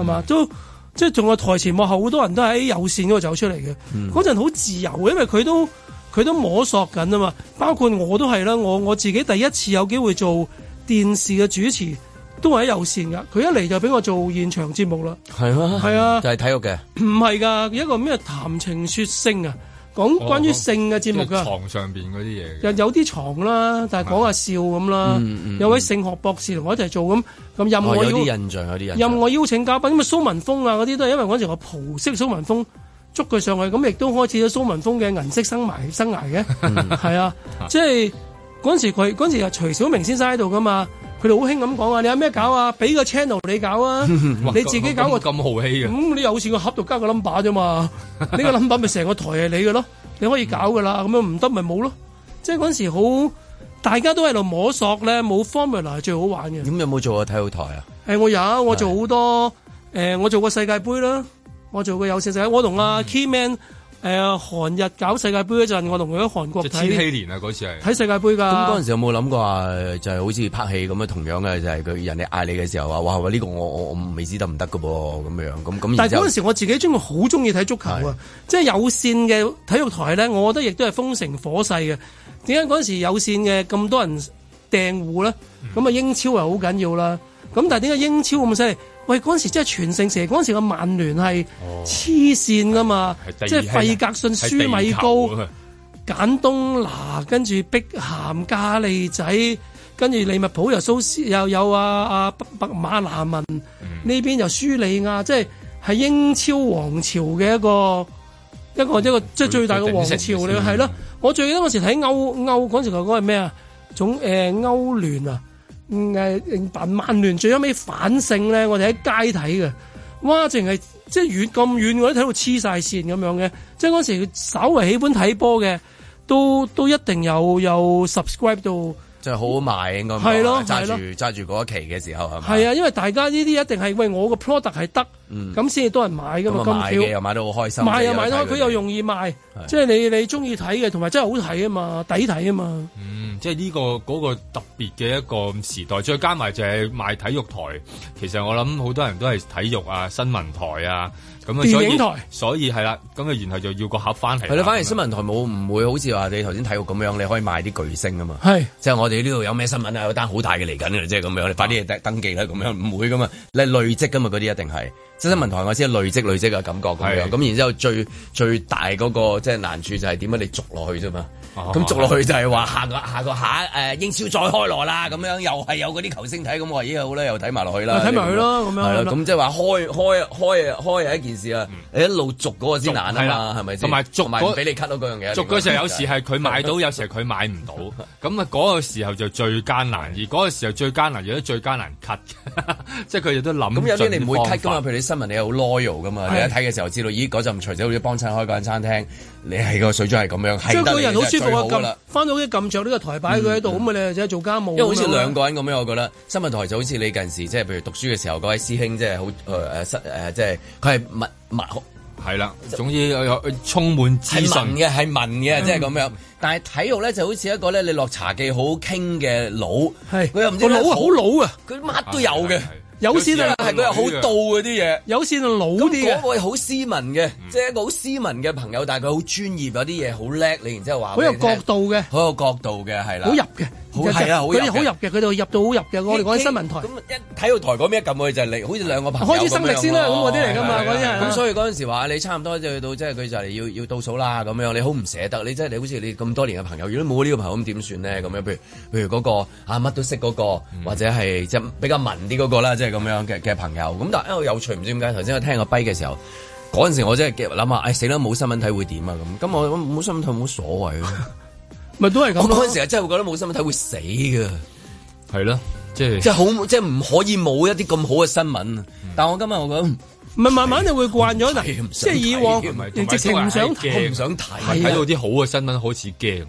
Speaker 2: 嗯
Speaker 4: 嘛？都即係仲有台前幕後好多人都喺有線嗰度走出嚟嘅。
Speaker 2: 嗯
Speaker 4: 嗰陣好自由嘅，因為佢都佢都摸索緊啊嘛。包括我都係啦，我我自己第一次有機會做電視嘅主持，都係喺有線㗎。佢一嚟就俾我做現場節目啦。
Speaker 2: 係啊，
Speaker 4: 係啊
Speaker 2: 就係體育嘅。
Speaker 4: 唔係㗎，一個咩談情説性啊，講
Speaker 3: 哦
Speaker 4: 關於性嘅節目啊
Speaker 3: 即係
Speaker 2: 哦
Speaker 4: 㗎。
Speaker 3: 床上邊嗰啲嘢嘅。
Speaker 4: 又有啲床啦，但係講下笑咁啦。
Speaker 2: 啊嗯嗯
Speaker 4: 有位性學博士同我一齊做咁，咁任
Speaker 2: 哦
Speaker 4: 我
Speaker 2: 有啲
Speaker 4: 邀
Speaker 2: 印象，有啲印象。
Speaker 4: 任我邀請嘉賓，咁啊蘇文峰啊嗰啲都係因為嗰陣時我葡式蘇文峰捉佢上去，咁亦都開始咗蘇文峰嘅銀色生涯生涯
Speaker 2: [LAUGHS]
Speaker 4: 嘅，係啊，
Speaker 2: 嗯
Speaker 4: 即係嗰陣時佢嗰陣時啊徐小明先生喺度噶嘛，佢哋好興咁講啊，你有咩搞啊？俾個 channel 你
Speaker 2: [LAUGHS]
Speaker 4: 搞啊，
Speaker 3: 哇
Speaker 4: 你自己搞個
Speaker 3: 咁咁豪啊氣嘅，
Speaker 4: [LAUGHS] 咁你有線個盒度加個 number
Speaker 2: [LAUGHS]
Speaker 4: 啫嘛，呢個 number 咪成個台係你嘅咯，你可以搞噶啦，咁樣唔得咪冇咯。即係嗰陣時好，大家都喺度摸索咧，冇 formula 係最好玩嘅。
Speaker 2: 咁有冇做過體育台啊？
Speaker 4: 誒、我有，我做好多誒、我做過世界盃啦，我做過有線世界，我同
Speaker 2: 嗯
Speaker 4: 阿 Keyman 誒、韓日搞世界盃嗰陣，我同佢喺韓國
Speaker 3: 即係千禧
Speaker 4: 睇
Speaker 3: 年啊嗰次係。
Speaker 4: 睇世界盃㗎。
Speaker 2: 咁嗰陣時有冇諗過話，就係好似拍戲咁樣，同樣嘅就係佢人哋嗌你嘅時候話，哇！喂呢個我我我未知得唔得嘅噃，咁樣咁咁。
Speaker 4: 但係嗰陣
Speaker 2: 時
Speaker 4: 時，我自己中意好中意睇足球啊！即係有線嘅體育台咧，我覺得亦都係風城火勢嘅。點解嗰陣時有線嘅咁多人訂戶咧？咁啊，英超係好緊要啦。咁但係點解英超咁犀利？喂，嗰陣時真係全盛時期，嗰陣時嘅曼聯係黐線噶嘛，即哦係費格遜、舒米
Speaker 3: 啊
Speaker 4: 高。簡東拿，跟住碧咸、加利仔，跟住利物浦又蘇斯，又有啊啊北北馬拿文，呢、邊又舒利亞，即係係英超王朝嘅一個一個一個即嗯係最大嘅王朝嚟嘅，係咯。我最記得嗰時睇歐歐嗰陣時嗰個係咩啊？總誒、呃、歐聯啊，誒、呃、曼聯最後尾反勝咧，我哋喺街睇嘅，哇！淨係即係遠咁遠，我都睇到黐晒線咁樣嘅。即係嗰時稍為喜歡睇波嘅，都都一定有有 subscribe 到。
Speaker 2: 就係好好賣應該。
Speaker 4: 係咯
Speaker 2: 揸
Speaker 4: 係
Speaker 2: 住
Speaker 4: 咯
Speaker 2: 揸住嗰一期嘅時候係咪？
Speaker 4: 係啊，因為大家呢啲一定係喂我個 product 係得，
Speaker 2: 嗯
Speaker 4: 咁先至多人買噶嘛。
Speaker 2: 咁啊買嘅
Speaker 4: 咁巧
Speaker 2: 又買得好開心，
Speaker 4: 買
Speaker 2: 即
Speaker 4: 又
Speaker 2: 係
Speaker 4: 買
Speaker 2: 睇
Speaker 4: 得，
Speaker 2: 哋
Speaker 4: 佢又容易賣
Speaker 2: 係，
Speaker 4: 即係你你中意睇嘅，同埋真係好睇啊嘛，抵睇啊嘛。
Speaker 3: 嗯，即係呢個嗰個特別嘅一個時代，再加埋就係賣體育台。其實我諗好多人都係體育啊、新聞台啊，咁啊，
Speaker 2: 電
Speaker 3: 所
Speaker 2: 影
Speaker 3: 以
Speaker 2: 台
Speaker 3: 所以係啦，咁啊，然後就要個盒翻嚟。
Speaker 2: 係咯，反而新聞台冇唔會好似話你頭先睇過咁樣，你可以賣啲巨星啊嘛。
Speaker 4: 係，
Speaker 2: 即係我哋呢度有咩新聞啊，有單好大嘅嚟緊嘅，即係咁樣，你快啲登登記啦，咁樣唔會噶嘛，你係累積噶嘛，嗰啲一定係。即係新聞台我先係累積累積嘅感覺咁樣，
Speaker 3: 係
Speaker 2: 咁然之後最最大嗰個即係難處就係點樣你續落去啫嘛。
Speaker 3: 哦
Speaker 2: 咁續落去就係話下個下個下誒英超再開鑼啦，咁樣又係有嗰啲球星睇，咁我話咦好啦，又睇埋落去啦，
Speaker 4: 睇埋佢咯咁樣
Speaker 2: 係
Speaker 4: 咁
Speaker 2: 啦，
Speaker 4: 樣
Speaker 2: 咁即係話開開開開係一件事啊，你一路續嗰個先難啊
Speaker 3: 嗯係
Speaker 2: 嘛
Speaker 3: 啦，
Speaker 2: 係咪先
Speaker 3: 同埋續
Speaker 2: 埋
Speaker 3: 嗰
Speaker 2: 唔俾你 cut 到嗰樣嘢。
Speaker 3: 續嗰時候有時係佢買到，有時係佢買唔到。咁啊嗰個時候就最艱難，而嗰個時候最艱難，亦都最艱難 cut [LAUGHS] 嘅即係佢哋都諗。
Speaker 2: 咁有
Speaker 4: 嗯
Speaker 2: 啲你唔會 cut 噶嘛，譬如你新聞你好 loyal 噶嘛，
Speaker 3: 係
Speaker 2: 你一睇嘅時候知道，咦嗰陣除咗好似幫襯開嗰間餐廳，你係個水準係咁樣，係
Speaker 4: 即係
Speaker 2: 得
Speaker 4: 個人好舒服啊屋一
Speaker 2: 最好㗎
Speaker 4: 撳
Speaker 2: 啦，
Speaker 4: 翻到屋一撳着呢個台擺佢喺度，咁咪你就係做家務咁樣。
Speaker 2: 因為好似兩個人咁樣，我覺得新聞台就好似你近時即係譬如讀書嘅時候，嗰位師兄即係好誒誒失誒，即係佢係文文
Speaker 3: 係啦，總之有有充滿資
Speaker 2: 係文
Speaker 3: 訊
Speaker 2: 嘅，係文嘅，
Speaker 3: 嗯
Speaker 2: 即係咁樣。但係體育咧就好似一個咧，你落茶記好傾嘅佬，佢又唔知
Speaker 4: 個腦啊，好老啊，
Speaker 2: 佢乜都有嘅。
Speaker 4: 有線啊，
Speaker 2: 係佢又好到嗰啲嘢，
Speaker 4: 有線啊老啲嘅嗯
Speaker 2: 嗰位好斯文嘅，即係一個好斯文嘅朋友，但係佢好專業，有啲嘢好叻，你然之後話
Speaker 4: 好有角
Speaker 2: 度，
Speaker 4: 度嘅，
Speaker 2: 好有角度嘅係啦，
Speaker 4: 好入嘅，
Speaker 2: 好係啊，好入
Speaker 4: 佢哋好
Speaker 2: 嘅
Speaker 4: 入嘅，佢哋入到好入嘅。我哋講緊新聞台。
Speaker 2: 體育台嗰邊一撳佢就係你，好似兩個朋友
Speaker 4: 開始生力先啦
Speaker 2: 啊
Speaker 4: 咁嗰啲嚟㗎嘛嗰啲係
Speaker 2: 咁所以嗰陣時話你差唔多就去到，即係佢就嚟要要倒數啦咁樣，你好唔捨得，你即係你好似你咁多年嘅朋友，如果冇呢個朋友咁點算咧？咁樣譬如譬如嗰個啊乜都識嗰個，或者係即係比較文啲嗰個啦，即係咁樣嘅嘅朋友。咁但係我有趣唔知點解，頭先我聽個跛嘅時候。嗰陣時我真係諗下，唉死啦！冇新聞睇會點啊咁，咁我冇新聞睇冇所謂咯，
Speaker 4: 咪都係
Speaker 2: 咁。我嗰陣時啊真係會覺得冇新聞睇會死嘅，
Speaker 3: 係咯，即係
Speaker 2: 即係好即係唔可以冇一啲咁好嘅新聞。啊但我今日我覺得
Speaker 4: 唔係慢慢就會慣咗嗱，即係以往
Speaker 3: 唔係同埋
Speaker 4: 直情唔想
Speaker 3: 都係驚
Speaker 4: 睇，
Speaker 3: 睇
Speaker 4: 係啊
Speaker 3: 到啲好嘅新聞好似驚，即
Speaker 4: 哦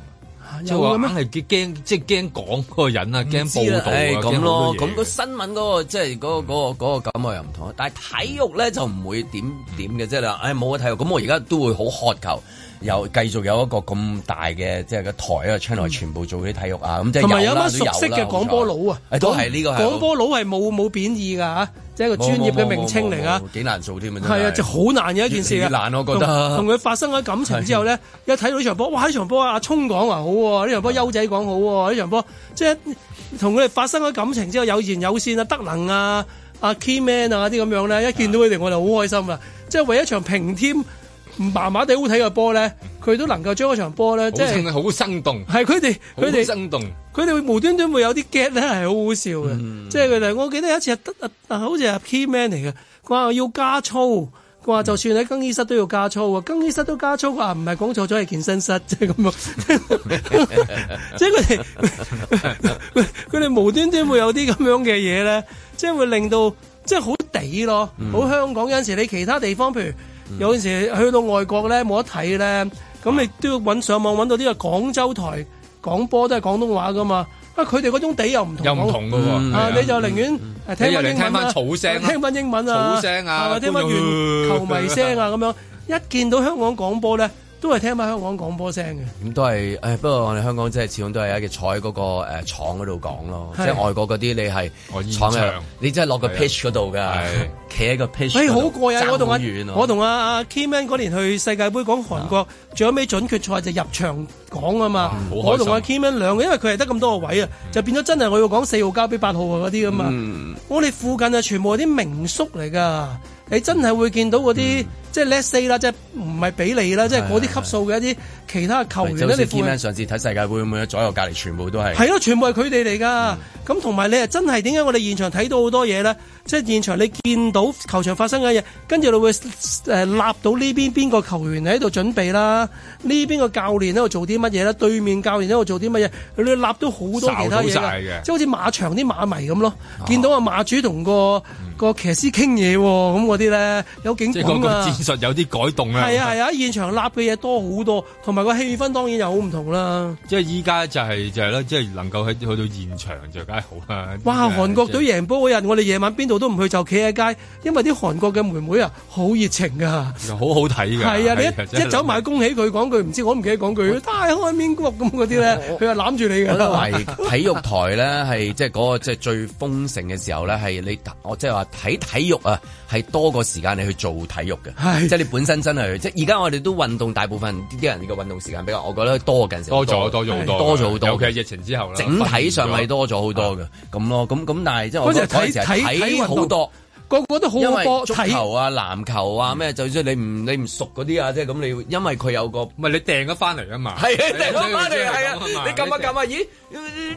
Speaker 3: 係
Speaker 4: 啊
Speaker 2: 有嘅
Speaker 3: 話
Speaker 2: 咩
Speaker 3: 硬係驚，即係驚講嗰個人啊，驚
Speaker 2: 知
Speaker 3: 報
Speaker 2: 啦
Speaker 3: 道啊
Speaker 2: 唉，咁
Speaker 3: 驚好多
Speaker 2: 咯，
Speaker 3: 嘢
Speaker 2: 咁個新聞嗰個即係嗰個嗰個嗰個感覺又唔同，但係體育咧就唔會點點嘅，即係啦，唉冇咗體育，咁我而家都會好渴求。又繼續有一個咁大嘅即係個台啊 channel 全部做啲體育啊，咁即係
Speaker 4: 同埋有
Speaker 2: 啦
Speaker 4: 班熟悉嘅廣播佬啊
Speaker 2: 都有啦好彩誒，都係呢個係
Speaker 4: 廣播佬係冇冇貶義㗎嚇，即係一個
Speaker 2: 冇
Speaker 4: 專業
Speaker 2: 冇
Speaker 4: 嘅
Speaker 2: 冇
Speaker 4: 名稱嚟㗎
Speaker 2: 冇。冇幾難做添啊，真
Speaker 4: 係啊，就好難嘅一件事
Speaker 2: 越嚟越
Speaker 4: 啊！
Speaker 2: 難我覺得
Speaker 4: 同同佢發生咗感情之後咧，一睇到呢場波，哇！呢場波啊阿聰講話好喎，呢場波優仔講好喎，呢場波即係同佢哋發生咗感情之後，有言有善啊，德能啊，阿 Keyman 啊啲咁樣咧，一見到佢哋我就好開心啊！即係為一場平添麻麻地好睇嘅波咧，佢都能夠將嗰場波咧，即
Speaker 3: 好生
Speaker 2: 啊
Speaker 4: 係
Speaker 3: 好生動，
Speaker 4: 係佢哋佢
Speaker 3: 好
Speaker 4: 哋。
Speaker 3: 生動。
Speaker 4: 佢哋會無端端會有啲 get 咧係好好笑嘅，即係佢哋我記得有一次係得啊，好似係 key man 嚟嘅，佢話要加粗，佢話就算喺更衣室都要加粗啊，更衣室都加粗，佢話唔係講錯咗係健身室，即係咁啊樣，
Speaker 3: [LAUGHS]
Speaker 4: 即係佢哋 [LAUGHS] 佢哋無端端會有啲咁樣嘅嘢咧，即係會令到即係好地咯，好香港有陣時你其他地方，譬如有陣時去到外國咧冇得睇咧，咁你都要揾上網揾到呢個廣州台講波都係廣東話噶嘛，啊佢哋嗰種地又唔同，
Speaker 3: 又唔同㗎喎係
Speaker 4: 啊
Speaker 3: 啊
Speaker 4: 你就寧願誒聽
Speaker 3: 你又嚟
Speaker 4: 翻英文
Speaker 3: 聽
Speaker 4: 啦
Speaker 3: 翻草聲啦
Speaker 4: 聽翻英文啊，
Speaker 3: 草聲啊
Speaker 4: 係咪聽翻
Speaker 3: 觀眾
Speaker 4: 原球迷聲啊咁樣，一見到香港廣播咧，都係聽翻香港廣播聲嘅。
Speaker 2: 咁都係，誒不過我哋香港真係始終都係一嘅坐喺嗰個誒廠嗰度講咯，即
Speaker 4: 係
Speaker 2: 係外國嗰啲你係廠
Speaker 3: 哦現
Speaker 2: 嘅
Speaker 3: 場，
Speaker 2: 你真係落個
Speaker 3: 係啊
Speaker 2: pitch 嗰度㗎，企喺個 pitch
Speaker 4: 所以
Speaker 2: 嗰
Speaker 4: 哎好
Speaker 2: 度
Speaker 4: 過
Speaker 2: 爭好遠啊
Speaker 4: 癮，我同阿
Speaker 2: 啊
Speaker 4: 我同阿阿 Keyman 嗰年去世界盃講韓國，最後尾準決賽就入場講啊嘛。
Speaker 2: 好開心
Speaker 4: 我同阿 Keyman 兩個，因為佢係得咁多個位啊，就變咗真係我要講四號交俾八號啊嗰啲啊
Speaker 2: 嗯
Speaker 4: 嘛。我哋附近啊，全部係啲名宿嚟㗎，你真係會見到嗰
Speaker 2: 嗯
Speaker 4: 啲即係 let's say 啦，即係唔係比利啦，即係嗰啲級數嘅一啲其他球員
Speaker 2: 就
Speaker 4: 咧，
Speaker 2: 好
Speaker 4: 啊
Speaker 2: 似
Speaker 4: 你附近
Speaker 2: Keyman 上次睇世界盃咁樣，左右隔離全部都係。
Speaker 4: 係啊咯，全部係佢哋嚟
Speaker 3: 嗯
Speaker 4: 㗎。咁同埋你係啊真係點解我哋現場睇到好多嘢咧？即係現場你見到球場發生嘅嘢，跟住你會誒立到呢邊邊個球員喺度準備啦，呢邊個教練喺度做啲乜嘢啦，對面教練喺度做啲乜嘢，你會立到好多其他嘢
Speaker 3: 睄到晒嘅啊
Speaker 4: 㗎即係好似馬場啲馬迷咁咯。見到阿馬主同個個騎師傾嘢喎，咁嗰啲咧有警
Speaker 3: 嗯即係嗰
Speaker 4: 棍
Speaker 3: 個
Speaker 4: 啊。
Speaker 3: 戰術有啲改動啦。
Speaker 4: 係啊係啊，現場立嘅嘢多好多，同埋個氣氛當然又好唔同啦。
Speaker 3: 即係依家就係就係啦，即係能夠喺去到現場就梗係好啦。
Speaker 4: 哇！韓國隊贏波嗰日，我哋夜晚邊度都唔去，就企喺街，因為啲韓國嘅妹妹啊，好熱情噶。
Speaker 3: 好好睇㗎。
Speaker 4: 係啊，你
Speaker 3: 真
Speaker 4: 一
Speaker 3: 係
Speaker 4: 一走埋恭喜佢，講句唔知我唔記得講句，大開面國咁嗰啲咧，
Speaker 2: [LAUGHS]
Speaker 4: 佢就攬住你
Speaker 2: 我覺得
Speaker 4: 㗎。
Speaker 2: 係體育台咧，係即係嗰個即係最豐盛嘅時候咧，係你我即係話睇體育啊，係多過時間你去做體育嘅，即係你本身真係即係而家我哋都運動，大部分啲人嘅運動時間比較，我覺得多近時
Speaker 3: 多咗多咗好多，
Speaker 2: 多咗好多，
Speaker 3: 尤其係疫情之後啦，
Speaker 2: 整體上係
Speaker 3: 係
Speaker 2: 多咗好多嘅，咁咯，咁咁但係即係我
Speaker 4: 嗯嗰
Speaker 2: 覺
Speaker 4: 陣
Speaker 2: 得嗰陣時
Speaker 4: 睇睇
Speaker 2: 係睇好多。，
Speaker 4: 個個都好
Speaker 2: 因
Speaker 4: 好
Speaker 2: 為
Speaker 4: 波
Speaker 2: 足
Speaker 4: 睇。嗯
Speaker 2: 球啊、籃球啊咩，就算你唔你唔熟嗰啲啊，即係咁你要，因為佢
Speaker 4: [LAUGHS]
Speaker 2: 有個唔
Speaker 3: 係你訂咗翻嚟啊嘛，
Speaker 2: 係啊
Speaker 3: 你
Speaker 2: 訂咗翻嚟
Speaker 3: 你
Speaker 2: 係啊，
Speaker 3: 你
Speaker 2: 你撳下撳下，咦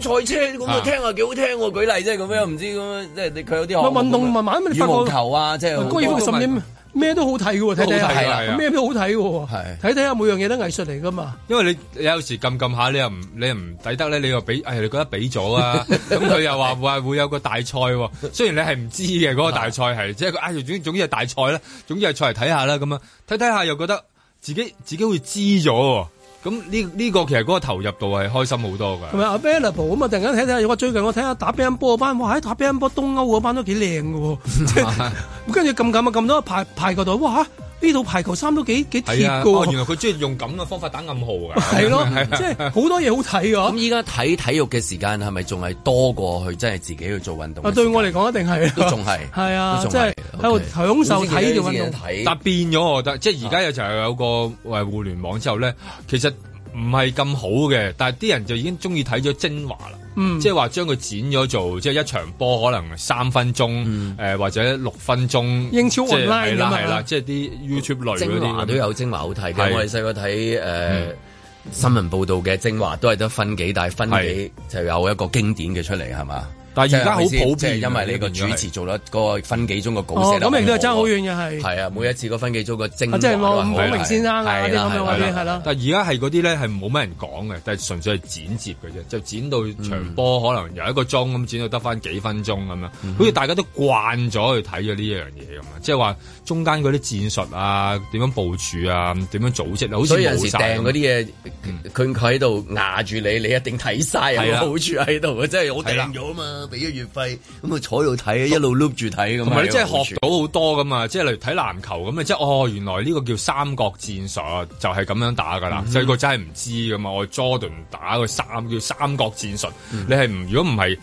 Speaker 2: 賽車咁啊
Speaker 3: 啊
Speaker 2: 聽下幾好聽喎，舉例即係咁樣，唔知咁樣即係你佢有啲
Speaker 4: 咪
Speaker 2: 項目
Speaker 4: 運動慢慢咪
Speaker 2: 羽
Speaker 4: 發覺
Speaker 2: 毛球啊，即係好
Speaker 4: 高爾夫
Speaker 2: 多
Speaker 4: 甚至咩都好睇㗎喎，睇睇
Speaker 2: 都好睇㗎係
Speaker 4: 下
Speaker 2: 啊
Speaker 4: 咩都好睇㗎
Speaker 2: 喎，
Speaker 4: 睇睇下每樣嘢都藝術嚟㗎嘛。
Speaker 3: 因為你有時撳撳下，你又唔你又唔抵得咧，你又俾，哎呀你覺得俾咗啊，咁佢又話話會有個大賽喎，雖然你係唔知嘅嗰、個大賽係，即係佢哎呀總總之係啊大賽啦，總之係賽嚟睇下啦咁樣，睇睇下又覺得自己自己會知咗喎。咁呢呢個其實嗰個投入度係開心好多㗎。
Speaker 4: 同埋 available 咁啊！突然間睇睇，我最近我睇下打乒乓波嗰班，哇！喺打乒乓波東歐嗰班都幾靚嘅喎，
Speaker 2: [LAUGHS]
Speaker 4: 即係跟住撳撳啊撳到排排球隊，哇！呢套排球衫都幾幾
Speaker 3: 係
Speaker 4: 貼
Speaker 3: 啊，
Speaker 4: 嘅
Speaker 3: 哦，
Speaker 4: 喎
Speaker 3: 原。來佢中意用咁嘅方法打暗號㗎。
Speaker 4: [LAUGHS] 係咯
Speaker 2: 啊
Speaker 4: 即係好多嘢好睇㗎。
Speaker 2: 咁依家睇體育嘅時間係咪仲係多過去真係自己去做運動嘅
Speaker 4: 啊，
Speaker 2: 時間？
Speaker 4: 對我嚟講一定係
Speaker 2: 都仲係
Speaker 4: [LAUGHS] 係啊，
Speaker 2: 都
Speaker 4: 即
Speaker 2: 仲係
Speaker 4: 係喺度享受睇呢條運動。
Speaker 3: 但變咗，我覺
Speaker 4: 啊
Speaker 3: 得即係而家有就係有個誒互聯網之後咧，其實唔係咁好嘅，但係啲人就已經中意睇咗精華啦。
Speaker 4: 嗯
Speaker 3: 即係話將佢剪咗做，即係一場波可能三分鐘，誒、或者六分鐘。
Speaker 4: 嗯英超
Speaker 3: 即係
Speaker 4: online
Speaker 3: 係啦
Speaker 4: 咁啊
Speaker 3: 係啦，即係啲 YouTube 類嗰
Speaker 2: 精華
Speaker 3: 啲
Speaker 2: 都有精華好睇嘅，
Speaker 3: 係
Speaker 2: 我哋細個睇誒新聞報道嘅精華都係得分幾，但係分幾就有一個經典嘅出嚟係嘛？
Speaker 3: 但係而家好普
Speaker 2: 即係
Speaker 3: 遍
Speaker 2: 即係因為呢個
Speaker 3: 變咗
Speaker 2: 主
Speaker 3: 係
Speaker 2: 持做咗嗰個分幾鐘嘅稿
Speaker 4: 哦
Speaker 2: 寫，得好
Speaker 4: 咁亦都係爭好
Speaker 2: 喎
Speaker 4: 遠嘅係。
Speaker 2: 係啊，每一次個分幾組個精
Speaker 4: 啊即係
Speaker 2: 華都
Speaker 4: 我
Speaker 2: 係好
Speaker 4: 我明先生啊
Speaker 2: 係啦
Speaker 4: 啲咁樣
Speaker 2: 係啦
Speaker 4: 嗰啲係啦
Speaker 3: 但係而家係嗰啲咧係冇乜人講嘅，但係純粹係剪接嘅啫，就剪到場波可能由一個鐘咁剪到得翻幾分鐘咁樣，好似大家都慣咗去睇咗呢一樣嘢咁啊，即係話中間嗰啲戰術啊、點樣部署啊、點樣組織啊，好似
Speaker 2: 所以有陣
Speaker 3: 冇
Speaker 2: 時
Speaker 3: 晒
Speaker 2: 掟
Speaker 3: 咁
Speaker 2: 嗰啲嘢，佢佢喺度壓住你，你一定睇晒有
Speaker 3: 係
Speaker 2: 個
Speaker 3: 啦
Speaker 2: 好處喺度嘅，即係我
Speaker 3: 係啦
Speaker 2: 訂咗啊嘛，俾咗月費，咁佢坐喺度睇，一路 loop 住睇咁啊。
Speaker 3: 同埋你真
Speaker 2: 有個好
Speaker 3: 係
Speaker 2: 處
Speaker 3: 學到好多噶嘛，即係例如睇籃球咁啊，即係哦，原來呢個叫三角戰術，就係咁樣打噶
Speaker 2: 嗯
Speaker 3: 啦。細個真係唔知噶嘛，我 Jordan 打個三叫三角戰術，
Speaker 2: 嗯
Speaker 3: 你係唔如果唔係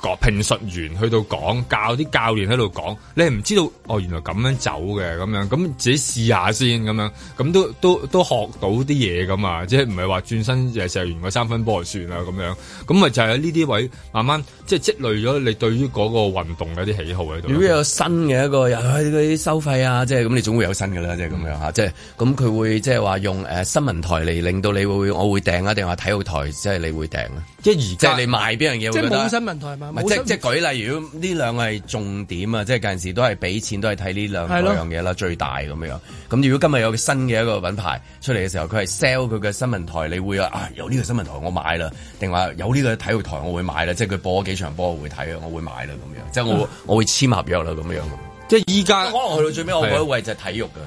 Speaker 3: 講評述員去到講，教啲教練喺度講，你係唔知道哦，原來咁樣走嘅咁樣，咁自己試下先咁樣，咁都都都學到啲嘢噶嘛，即係唔係話轉身誒射完個三分波就算啦咁樣，咁咪就係喺呢啲位慢慢即係積累咗你對於嗰個運動嘅一啲喜好喺度。
Speaker 2: 如果有新嘅一個人，唉嗰啲收費啊，即係咁，你總會有新嘅啦，即係咁
Speaker 4: 嗯
Speaker 2: 樣嚇，即係咁佢會即係話用誒新聞台嚟令到你會，我會訂啊，定話體育台即係你會訂啊？
Speaker 3: 即係而即
Speaker 2: 係你賣邊樣嘢
Speaker 4: 即
Speaker 2: 會覺
Speaker 4: 係冇
Speaker 2: 得
Speaker 4: 新？聞台嘛，
Speaker 2: 唔
Speaker 4: 冇
Speaker 2: 係即
Speaker 4: 新
Speaker 2: 即係舉例，如果呢兩個係重點啊，即係近陣時都係俾錢，都係睇呢兩
Speaker 4: 係咯
Speaker 2: 嗰樣嘢啦，最大咁樣。咁如果今日有個新嘅一個品牌出嚟嘅時候，佢係 sell 佢嘅新聞台，你會啊啊有呢個新聞台我買啦，定話有呢個體育台我會買啦，即係佢播幾場波我會睇啊，我會買啦咁樣，即係我我會簽合約啦咁樣。
Speaker 3: 即係啊依家
Speaker 2: 可能去到最尾，我覺得為就係體育噶，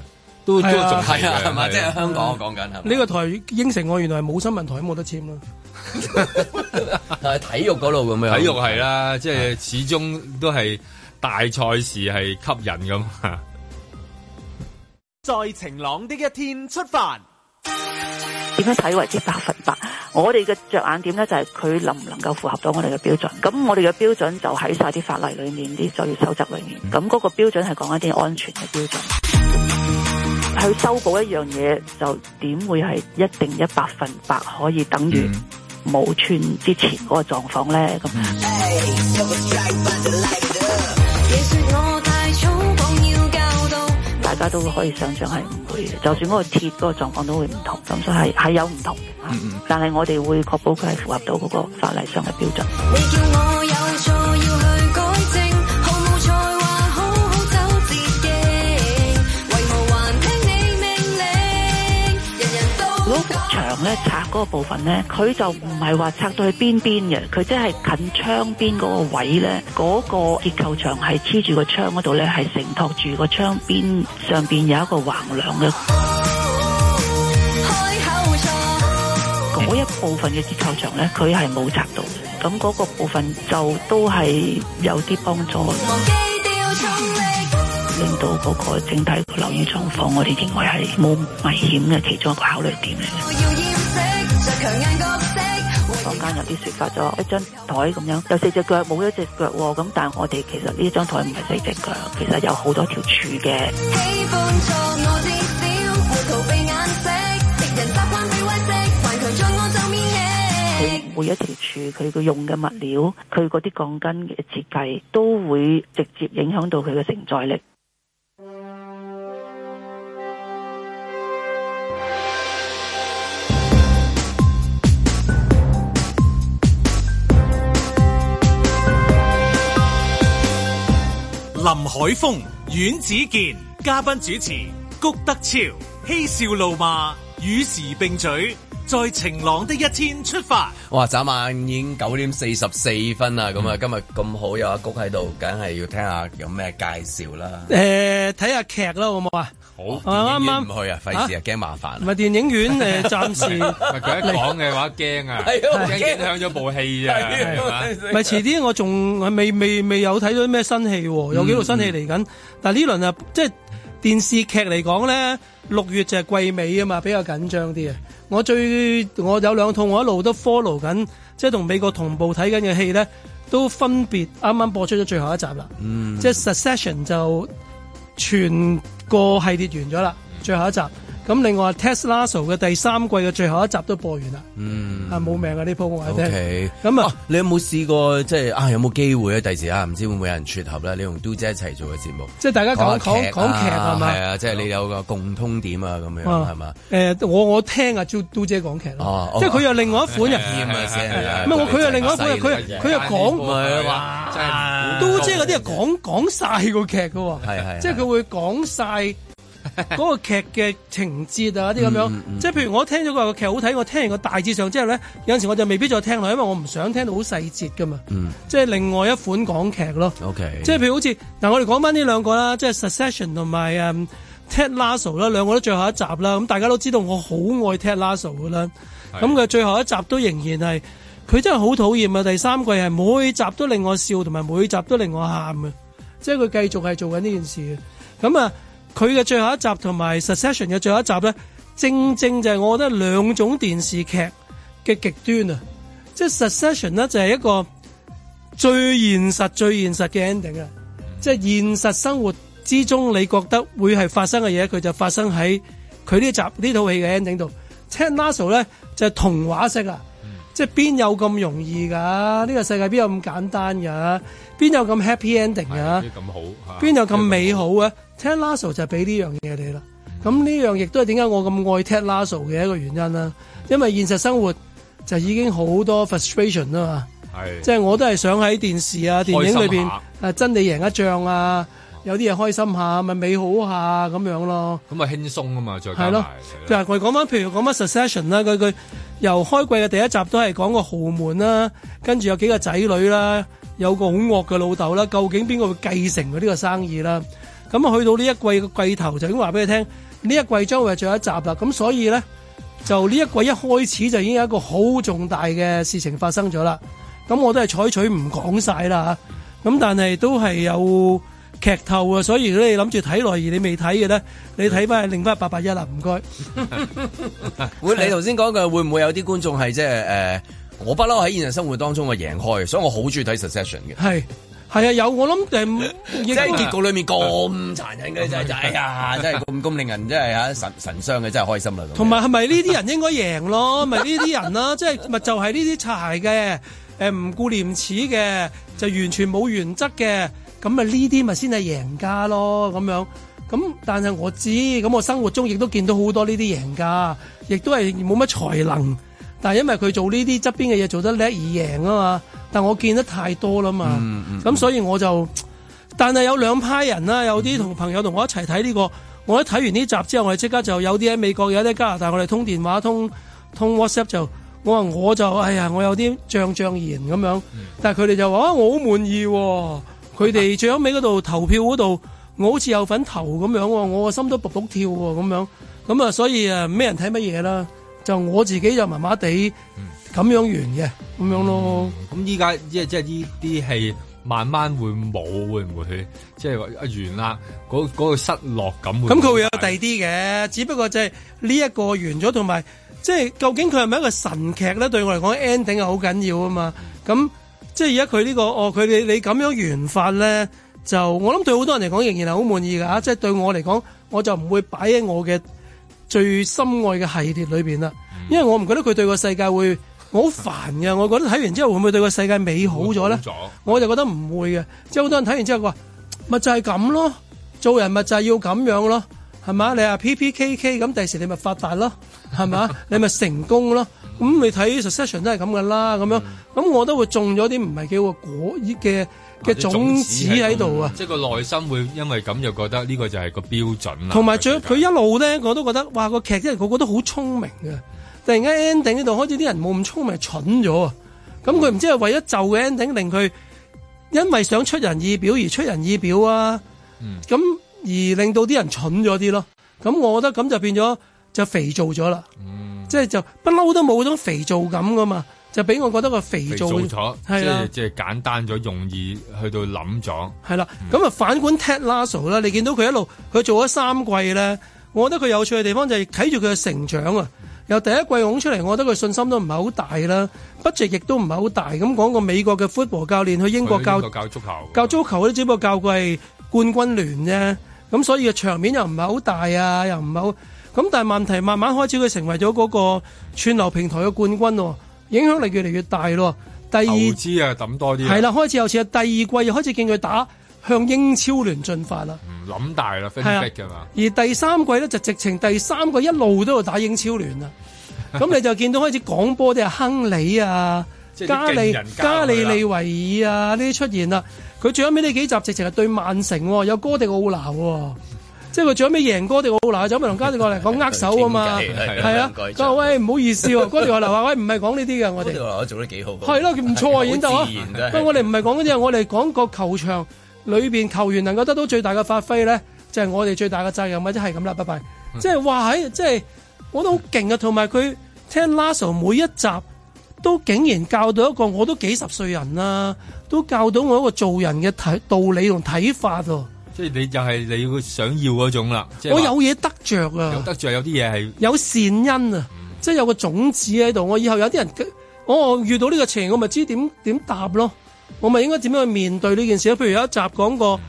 Speaker 3: 都
Speaker 4: 係啊都仲係
Speaker 2: 係啊，
Speaker 4: 嘅
Speaker 2: 係嘛？
Speaker 4: 係啊
Speaker 2: 即係香港我講緊係嘛
Speaker 4: 呢
Speaker 2: [LAUGHS]
Speaker 4: 個台應承我，原來係冇新聞台冇得簽啦。
Speaker 2: 但係體育嗰度咁樣，
Speaker 3: 體育係啦，即係始終都係大賽事係吸引 [LAUGHS] 咁。
Speaker 5: 在晴朗的一天出發。
Speaker 16: 點樣睇為之百分百？我哋嘅着眼點咧就係佢能唔能夠符合到我哋嘅標準。咁我哋嘅標準就喺晒啲法例裏面、啲作業守則裏面。
Speaker 12: 嗯
Speaker 16: 咁嗰個標準係講一啲安全嘅標準。去修補一樣嘢，就點會係一定一百分百可以等
Speaker 12: 嗯
Speaker 16: 於冇穿之前嗰個狀況咧？咁。
Speaker 12: 嗯
Speaker 16: 大家都可以想象係唔會嘅，就算嗰個鐵嗰個狀況都會唔同，咁所以係係有唔同嘅，
Speaker 12: 嗯嗯
Speaker 16: 但係我哋會確保佢係符合到嗰個法例上嘅標準。如果幅牆咧拆嗰個部分咧，佢就唔係話拆到去邊邊嘅，佢即係近窗邊嗰個位咧，嗰、個結構牆係黐住個窗嗰度咧，係承托住個窗邊上邊有一個橫梁嘅。嗰一部分嘅結構牆咧，佢係冇拆到嘅，咁嗰個部分就都係有啲幫助，令到嗰個整體嘅樓宇狀況，我哋認為係冇危險嘅其中一個考慮點嚟。坊間有啲説法就話一張台咁樣有四隻腳，冇一隻腳喎，咁但係我哋其實呢一張台唔係四隻腳，其實有好多條柱嘅。佢每一條柱佢嘅用嘅物料，佢嗰啲鋼筋嘅設計都會直接影響到佢嘅承載力。
Speaker 1: 林海峰、阮子健，嘉賓主持谷德超，嬉笑怒罵，與時並舉，在晴朗的一天出發。
Speaker 2: 哇！眨眼已經九點四十四分啦，
Speaker 4: 嗯
Speaker 2: 咁啊，今日咁好有阿谷喺度，梗係要聽下有咩介紹啦。
Speaker 4: 誒，睇下劇啦，好唔好啊？
Speaker 3: 好
Speaker 4: 啱啱
Speaker 2: 唔去啊，費事啊，驚麻煩。
Speaker 4: 唔係電影
Speaker 2: [LAUGHS]
Speaker 4: 院誒，暫時
Speaker 3: 咪佢一講嘅話驚 [LAUGHS] 啊，
Speaker 4: 係啊
Speaker 3: 驚影響咗部戲啊，係嘛？
Speaker 2: [LAUGHS]
Speaker 4: 咪遲啲我仲未未未有睇到啲咩新戲
Speaker 2: 嗯
Speaker 4: 喎，有幾套新戲嚟緊。但係呢輪啊，即係電視劇嚟講咧，六月就係季尾啊嘛，比較緊張啲啊。我最我有兩套我一路都 follow 緊，即係同美國同步睇緊嘅戲咧，都分別啱啱播出咗最後一集啦。
Speaker 12: 嗯
Speaker 4: 即係 Succession 就全個系列完咗啦，最後一集。咁另外 Tesla 嘅第三季嘅最後一集都播完啦，
Speaker 2: 嗯
Speaker 4: 啊冇命啊呢鋪我話你聽。
Speaker 2: ，OK。
Speaker 4: 咁
Speaker 2: 啊，你有冇試過即係啊？有冇機會咧？第時啊，唔知會唔會有人撮合咧？你同嘟姐一齊做嘅節目，
Speaker 4: 即係大家講
Speaker 2: 講下
Speaker 4: 講講劇係嘛
Speaker 2: 係啊，即係你有個共通點啊，咁樣
Speaker 4: 啊
Speaker 2: 係嘛？
Speaker 4: 誒、我我聽阿朱嘟姐講劇咯
Speaker 2: 哦，哦
Speaker 4: 即係佢有另外一款人，
Speaker 2: 厭啊先啊
Speaker 4: 唔係我佢有另外一款人，佢佢又
Speaker 2: 唔
Speaker 3: 啊
Speaker 2: 係啊話
Speaker 4: 講嘟姐嗰啲係講講曬個劇嘅喎，
Speaker 2: 係係
Speaker 4: 即係佢會講晒嗰
Speaker 2: [LAUGHS]
Speaker 4: 個劇嘅情節啊啲咁
Speaker 2: 嗯
Speaker 4: 樣，即係譬如我聽咗個劇好睇，我聽完個大致上之後咧，有陣時我就未必再聽落，因為我唔想聽到好細節噶嘛，
Speaker 2: 嗯
Speaker 4: 即係另外一款港劇咯。
Speaker 2: ，OK，
Speaker 4: 即係譬如好似嗱，我哋講翻呢兩個啦，即係 Succession 同埋誒 Ted Lasso 啦，兩個都最後一集啦。咁大家都知道我好愛 Ted Lasso 噶啦，咁佢最後一集都仍然係佢真係好討厭啊！第三季係每集都令我笑，同埋每集都令我喊嘅，即係佢繼續係做緊呢件事嘅。咁啊，佢嘅最後一集同埋 Succession 嘅最後一集咧，正正就係我覺得兩種電視劇嘅極端啊！即係 Succession 咧就係一個。最現實、最現實嘅 ending 啊！即係現實生活之中，你覺得會係發生嘅嘢，佢就發生喺佢呢集呢套戲嘅 ending 度。Ted Lasso 咧就係、童話式啊！即係邊有咁容易㗎？呢、個世界邊有咁簡單㗎？邊有咁 happy ending 㗎？
Speaker 3: 咁好嚇
Speaker 4: 邊有咁美好啊？Ted Lasso 就係俾呢樣嘢你啦。咁呢樣亦都係點解我咁愛 Ted Lasso 嘅一個原因啦。因為現實生活就已經好多 frustration 啦嘛。
Speaker 3: 係
Speaker 4: 即係我都係想喺電視啊、電影裏邊誒真理贏一仗啊，有啲嘢開心下，咪美好下咁樣咯。
Speaker 3: 咁啊輕鬆啊嘛，再加
Speaker 4: 係咯
Speaker 3: 埋。，啊
Speaker 4: 就係佢講翻，譬如講翻 Succession 啦，佢佢由開季嘅第一集都係講個豪門啦，跟住有幾個仔女啦，有個好惡嘅老豆啦，究竟邊個會繼承佢呢個生意啦？咁啊去到呢一季嘅季頭就已經話俾你聽，呢一季將會係最後一集啦。咁所以呢，就呢一季一開始就已經有一個好重大嘅事情發生咗啦。咁我都係採取唔講晒啦嚇咁但係都係有劇透啊，所以如果你諗住睇耐而你未睇嘅咧，你睇翻另翻八八一啦，唔該。
Speaker 2: 會你頭先講嘅會唔會有啲觀眾係即係誒，我不嬲喺現實生活當中我贏開，所以我好中意睇 Succession 嘅。
Speaker 4: 係係啊，有我諗誒，
Speaker 2: 即
Speaker 4: 即
Speaker 2: 係結局裏面咁殘忍嘅就係就係哎 [LAUGHS] 呀，真係咁咁令人真係嚇神神傷嘅，真係開心啦咁。
Speaker 4: 同埋係咪呢啲人應該贏咯？咪呢啲
Speaker 2: [LAUGHS]
Speaker 4: 人啦，即係咪就係呢啲擦鞋嘅，誒唔顧廉恥嘅，就完全冇原則嘅，咁咪呢啲咪先係贏家咯咁樣。咁但係我知，咁我生活中亦都見到好多呢啲贏家，亦都係冇乜才能，但係因為佢做呢啲側邊嘅嘢做得叻而贏啊嘛。但我見得太多啦嘛，咁、
Speaker 2: 嗯
Speaker 4: 所以我就。但係有兩派人啦，有啲同朋友同我一齊睇呢個，我一睇完呢集之後，我哋即刻就有啲喺美國，有啲喺加拿大，我哋通電話、通通 WhatsApp 就，我話我就哎呀，我有啲漲漲然咁樣，但係佢哋就話啊，我好滿意喎、佢哋最後尾嗰度投票嗰度，我好似有份投咁樣喎，我個心都卜卜跳喎咁樣，咁啊，所以啊，咩人睇乜嘢啦，就我自己就麻麻地咁樣完嘅，咁樣咯。
Speaker 3: 咁依家即係即係呢啲戲慢慢會冇，會唔會去即係話啊完啦？嗰嗰個失落感會唔
Speaker 4: 咁佢會有第二啲嘅，只不過就係呢一個完咗，同埋即係究竟佢係咪一個神劇咧？對我嚟講，ending 係好緊要啊嘛。咁即係而家佢呢個哦，佢你你咁樣完法咧，就我諗對好多人嚟講仍然係好滿意㗎啊嚇。即係對我嚟講，我就唔會擺喺我嘅最深愛嘅系列裏邊啦，因為我唔覺得佢對個世界會。我好煩嘅，我覺得睇完之後會唔會對個世界美好咗咧？我就覺得唔會嘅，即係好多人睇完之後話，咪就係咁咯，做人咪就係要咁樣咯，係嘛？你話 P P K K 咁，第時你咪發達咯，係 [LAUGHS] 嘛？你咪成功咯。咁你睇 succession 都係咁噶啦，咁樣咁我都會種咗啲唔係幾好嘅果嘅嘅啊種子喺度啊。
Speaker 3: 即係個內心會因為咁就覺得呢個就係個標準啦。
Speaker 4: 同埋最佢一路咧，我都覺得哇個劇真係個個都好聰明嘅。突然間 ending 呢度開始啲人冇咁聰明，蠢咗啊！咁佢唔知係為咗就嘅 ending 令佢因為想出人意表而出人意表啊！咁、而令到啲人蠢咗啲咯。咁我覺得咁就變咗就肥皂咗啦，即係就不嬲都冇嗰種肥皂感噶嘛，就俾我覺得個肥
Speaker 3: 肥
Speaker 4: 皂
Speaker 3: 做咗，即
Speaker 4: 係啊啦
Speaker 3: 係。即係簡單咗，用意去到諗咗。
Speaker 4: 係啦，咁啊反觀 Ted Lasso 啦，你見到佢一路佢做咗三季咧，我覺得佢有趣嘅地方就係睇住佢嘅成長啊。由第一季拱出嚟，我覺得佢信心都唔係好大啦，budget 亦都唔係好大。咁講個美國嘅 football 教練去英國教
Speaker 3: 佢英國教足球，
Speaker 4: 教足球嗰啲只不過教佢係冠軍聯啫，咁所以嘅場面又唔係好大啊，又唔係好咁。但係問題慢慢開始佢成為咗嗰個串流平台嘅冠軍喎，影響力越嚟越大咯。第
Speaker 3: 投
Speaker 4: 二
Speaker 3: 資啊，抌多啲啊。
Speaker 4: 係啦，開始有似第二季又開始見佢打向英超聯進發啦。
Speaker 3: 嗯，諗大啦，分
Speaker 4: 係啊
Speaker 3: 析㗎嘛。
Speaker 4: 而第三季咧就直情第三季一路都有打英超
Speaker 3: [LAUGHS]
Speaker 4: 聯啦。咁你就見到開始講波啲係亨利啊、
Speaker 3: 即係啲
Speaker 4: 加
Speaker 3: 勁
Speaker 4: 利
Speaker 3: 人加
Speaker 4: 加利
Speaker 3: 落去
Speaker 4: 利
Speaker 3: 啦
Speaker 4: 維爾啊呢啲出現啦。佢最後尾呢幾集直情係對曼城喎、有哥迪奧拿喎、即係佢最後尾贏哥迪奧拿，走埋同加迪奧拿講握手
Speaker 3: [LAUGHS]
Speaker 4: 啊嘛，
Speaker 3: 哎
Speaker 2: 傾偈係
Speaker 4: 係啊
Speaker 2: 兩，個
Speaker 4: 佢話喂唔好意思喎，哥迪奧拿話喂唔係講呢啲嘅我哋。
Speaker 2: 我做得幾好喎。
Speaker 3: [LAUGHS]
Speaker 4: 係咯，佢唔錯啊，演奏
Speaker 2: 好
Speaker 4: 啊
Speaker 2: 自然！
Speaker 4: 不
Speaker 2: 真
Speaker 4: 過
Speaker 2: 係
Speaker 4: 我哋唔係講嗰啲啊，我哋講個球場裏邊球員能夠得到最大嘅發揮咧，就係、我哋最大嘅責任或者係咁啦，拜拜。
Speaker 3: 嗯
Speaker 4: 即係話喺，即係我都好勁啊！同埋佢聽 Lasso 每一集都竟然教到一個我都幾十歲人啦、都教到我一個做人嘅睇道理同睇法喎、
Speaker 3: 即係你就係你要想要嗰種啦。即係
Speaker 4: 我
Speaker 3: 話
Speaker 4: 有嘢得着啊！
Speaker 3: 有得嗯着，有啲嘢係
Speaker 4: 有善因啊，即係有個種子喺度。我以後有啲人，哦我我遇到呢個情，我咪知點點答咯。我咪應該點樣去面對呢件事咯？譬如有一集講過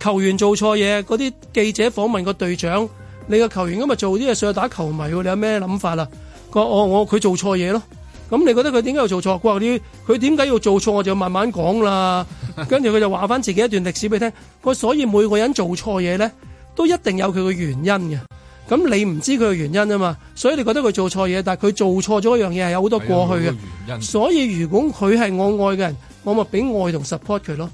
Speaker 4: 球員做錯嘢，嗰啲記者訪問個隊長，你個球員今日做啲嘢上去打球迷喎，你有咩諗法啊？佢話我我佢做錯嘢咯。咁你覺得佢點解要做錯？佢話啲佢點解要做錯，我就慢慢講啦。跟住佢就話翻自己一段歷史俾你聽。佢所以每個人做錯嘢呢，都一定有佢嘅原因嘅。咁你唔知佢嘅原因啊嘛，所以你覺得佢做錯嘢，但係佢做錯咗一樣嘢係有好多過去
Speaker 3: 係有好多原
Speaker 4: 嘅。
Speaker 3: 因
Speaker 4: 所以如果佢係我愛嘅人，我咪俾愛同 support 佢咯。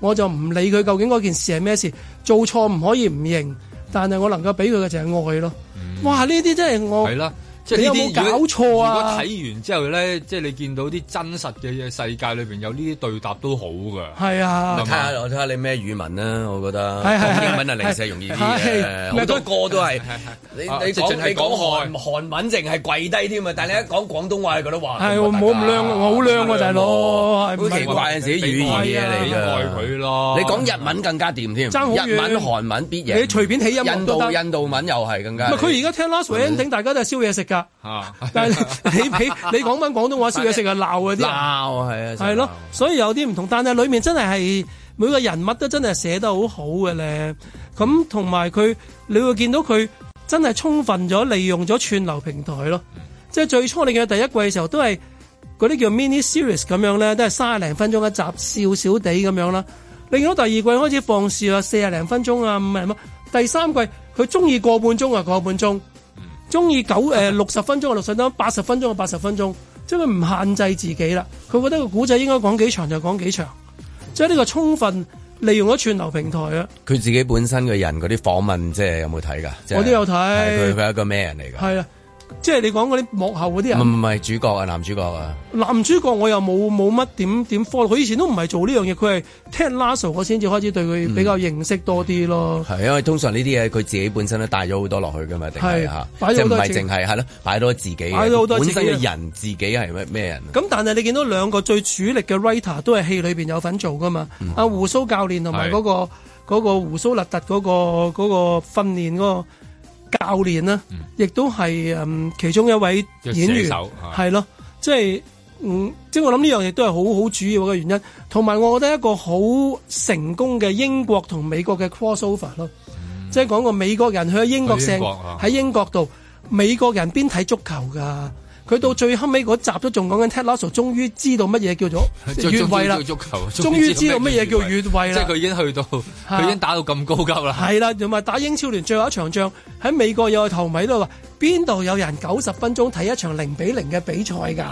Speaker 4: 我就唔理佢究竟嗰件事係咩事，做錯唔可以唔認，但係我能夠俾佢嘅就係愛咯。
Speaker 2: 嗯
Speaker 4: 哇！呢啲真係我
Speaker 3: 係啦。即係
Speaker 4: 你
Speaker 3: 呢
Speaker 4: 有
Speaker 3: 啲
Speaker 4: 冇搞錯
Speaker 3: 如果
Speaker 4: 啊？
Speaker 3: 睇完之後咧，即係你見到啲真實嘅嘢世界裏邊有呢啲對答都好㗎。
Speaker 4: 係啊
Speaker 2: 睇
Speaker 3: 係嘛
Speaker 2: 下我睇下你咩語文啦，我覺得
Speaker 3: 係係係
Speaker 2: 英文啊零舍容易啲
Speaker 3: 係
Speaker 2: 嘅，好多歌都係你
Speaker 3: 係
Speaker 2: 你
Speaker 3: 即係
Speaker 2: 講
Speaker 3: 淨係
Speaker 2: 你
Speaker 3: 講
Speaker 2: 講韓韓文淨係跪低添啊，但係你一講廣東話，你覺得哇
Speaker 4: 係我冇咁靚，我好靚啊，大佬，係唔
Speaker 2: 好
Speaker 4: 係
Speaker 2: 奇怪啊嘅自己語言嘢嚟
Speaker 3: 你
Speaker 2: 㗎，
Speaker 3: 愛佢咯。
Speaker 2: 你講日文更加掂添，
Speaker 4: 啊爭好遠
Speaker 2: 日文、韓文必贏。
Speaker 4: 你隨便起音樂
Speaker 2: 印
Speaker 4: 都
Speaker 2: 度
Speaker 4: 得
Speaker 2: 印度文又係更加。
Speaker 4: 唔係佢而家聽 last ending，大家都係燒嘢食㗎。
Speaker 3: 啊
Speaker 4: 但係你 [LAUGHS] 你你講翻廣東話，燒嘢食啊鬧嗰啲人。
Speaker 2: 鬧係啊，
Speaker 4: 係咯，所以有啲唔同，但係裏面真係係每個人物都真係寫得好好嘅咧。咁同埋佢，你會見到佢真係充分咗利用咗串流平台咯。即係最初你嘅第一季嘅時候，都係嗰啲叫 mini series 咁樣咧，都係三十零分鐘一集，少少地咁樣啦。你見到第二季開始放肆啊，四十零分鐘啊，五十零分。第三季佢中意個半鐘啊，個半鐘。中意九誒六十分鐘就六十分鐘，八十分鐘就八十分鐘，即係佢唔限制自己啦。佢覺得個古仔應該講幾長就講幾長，即係呢個充分利用咗串流平台啊。
Speaker 2: 佢自己本身嘅人嗰啲訪問，即係有冇睇㗎？即係
Speaker 4: 我都有睇
Speaker 2: 係佢佢係一個咩人嚟㗎？
Speaker 4: 係啊，嗯即係你講嗰啲幕後嗰啲
Speaker 2: 唔
Speaker 4: 人，
Speaker 2: 唔係主角啊，男主角啊，
Speaker 4: 男主角我又冇冇乜點點 follow，佢以前都唔係做呢樣嘢，佢係聽 Lasso 我先至開始對佢比較認識多啲咯。
Speaker 2: 係因為通常呢啲嘢佢自己本身都帶咗好多落去㗎嘛，定係
Speaker 4: 係
Speaker 2: 嚇，
Speaker 4: 擺咗
Speaker 2: 即係唔
Speaker 4: 好多
Speaker 2: 係
Speaker 4: 自己
Speaker 2: 淨係係咯，擺多自己嘅，
Speaker 4: 擺咗好多自
Speaker 2: 本
Speaker 4: 己
Speaker 2: 身嘅
Speaker 4: 嘅
Speaker 2: 人自己係咩咩人？啊
Speaker 4: 咁但係你見到兩個最主力嘅 writer 都係戲裏邊有份做噶嘛？
Speaker 3: 嗯
Speaker 4: 阿、胡鬚教練同埋嗰個嗰個胡鬚勒特嗰、個嗰、個訓練嗰個教練啦，亦都係嗯其中一位
Speaker 3: 即係
Speaker 4: 演
Speaker 3: 寫
Speaker 4: 員
Speaker 3: 手啊
Speaker 4: 係咯，即係嗯即係我諗呢樣亦都係好好主要嘅原因，同埋我覺得一個好成功嘅英國同美國嘅 crossover 咯，即係講個美國人去咗英國
Speaker 3: 去英
Speaker 4: 成
Speaker 3: 國啊
Speaker 4: 喺英國度，美國人邊睇足球㗎？佢
Speaker 3: 嗯
Speaker 4: 到最後尾嗰集都仲講緊 Ted Lasso，終於知道乜嘢叫
Speaker 3: [LAUGHS]
Speaker 4: 做越位啦，
Speaker 3: 足球，
Speaker 4: 終於知道乜嘢叫越位
Speaker 3: 即係
Speaker 4: 啦
Speaker 3: 佢。已經去到，佢已經打到咁高級啦。
Speaker 4: 係啦，同埋打英超聯最後一場仗喺美國有個球迷都話：邊度有人九十分鐘睇一場零比零嘅比賽㗎？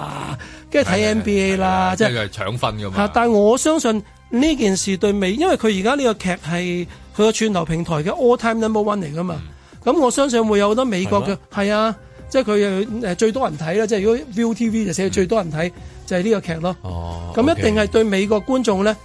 Speaker 4: 跟住睇 NBA 啦，即
Speaker 3: 啊即
Speaker 4: 係
Speaker 3: 係佢係搶分㗎
Speaker 4: 嚇
Speaker 3: 嘛。！
Speaker 4: 但係我相信呢件事對美，因為佢而家呢個劇係佢個串流平台嘅 all time number one 嚟噶嘛。
Speaker 3: 嗯
Speaker 4: 咁、我相信會有好多美國嘅係啊，即係佢誒最多人睇啦。即係如果 ViuTV 就
Speaker 3: 嗯
Speaker 4: 寫最多人睇，就係呢個劇咯。
Speaker 2: 哦
Speaker 4: 咁、一定係對美國觀眾咧，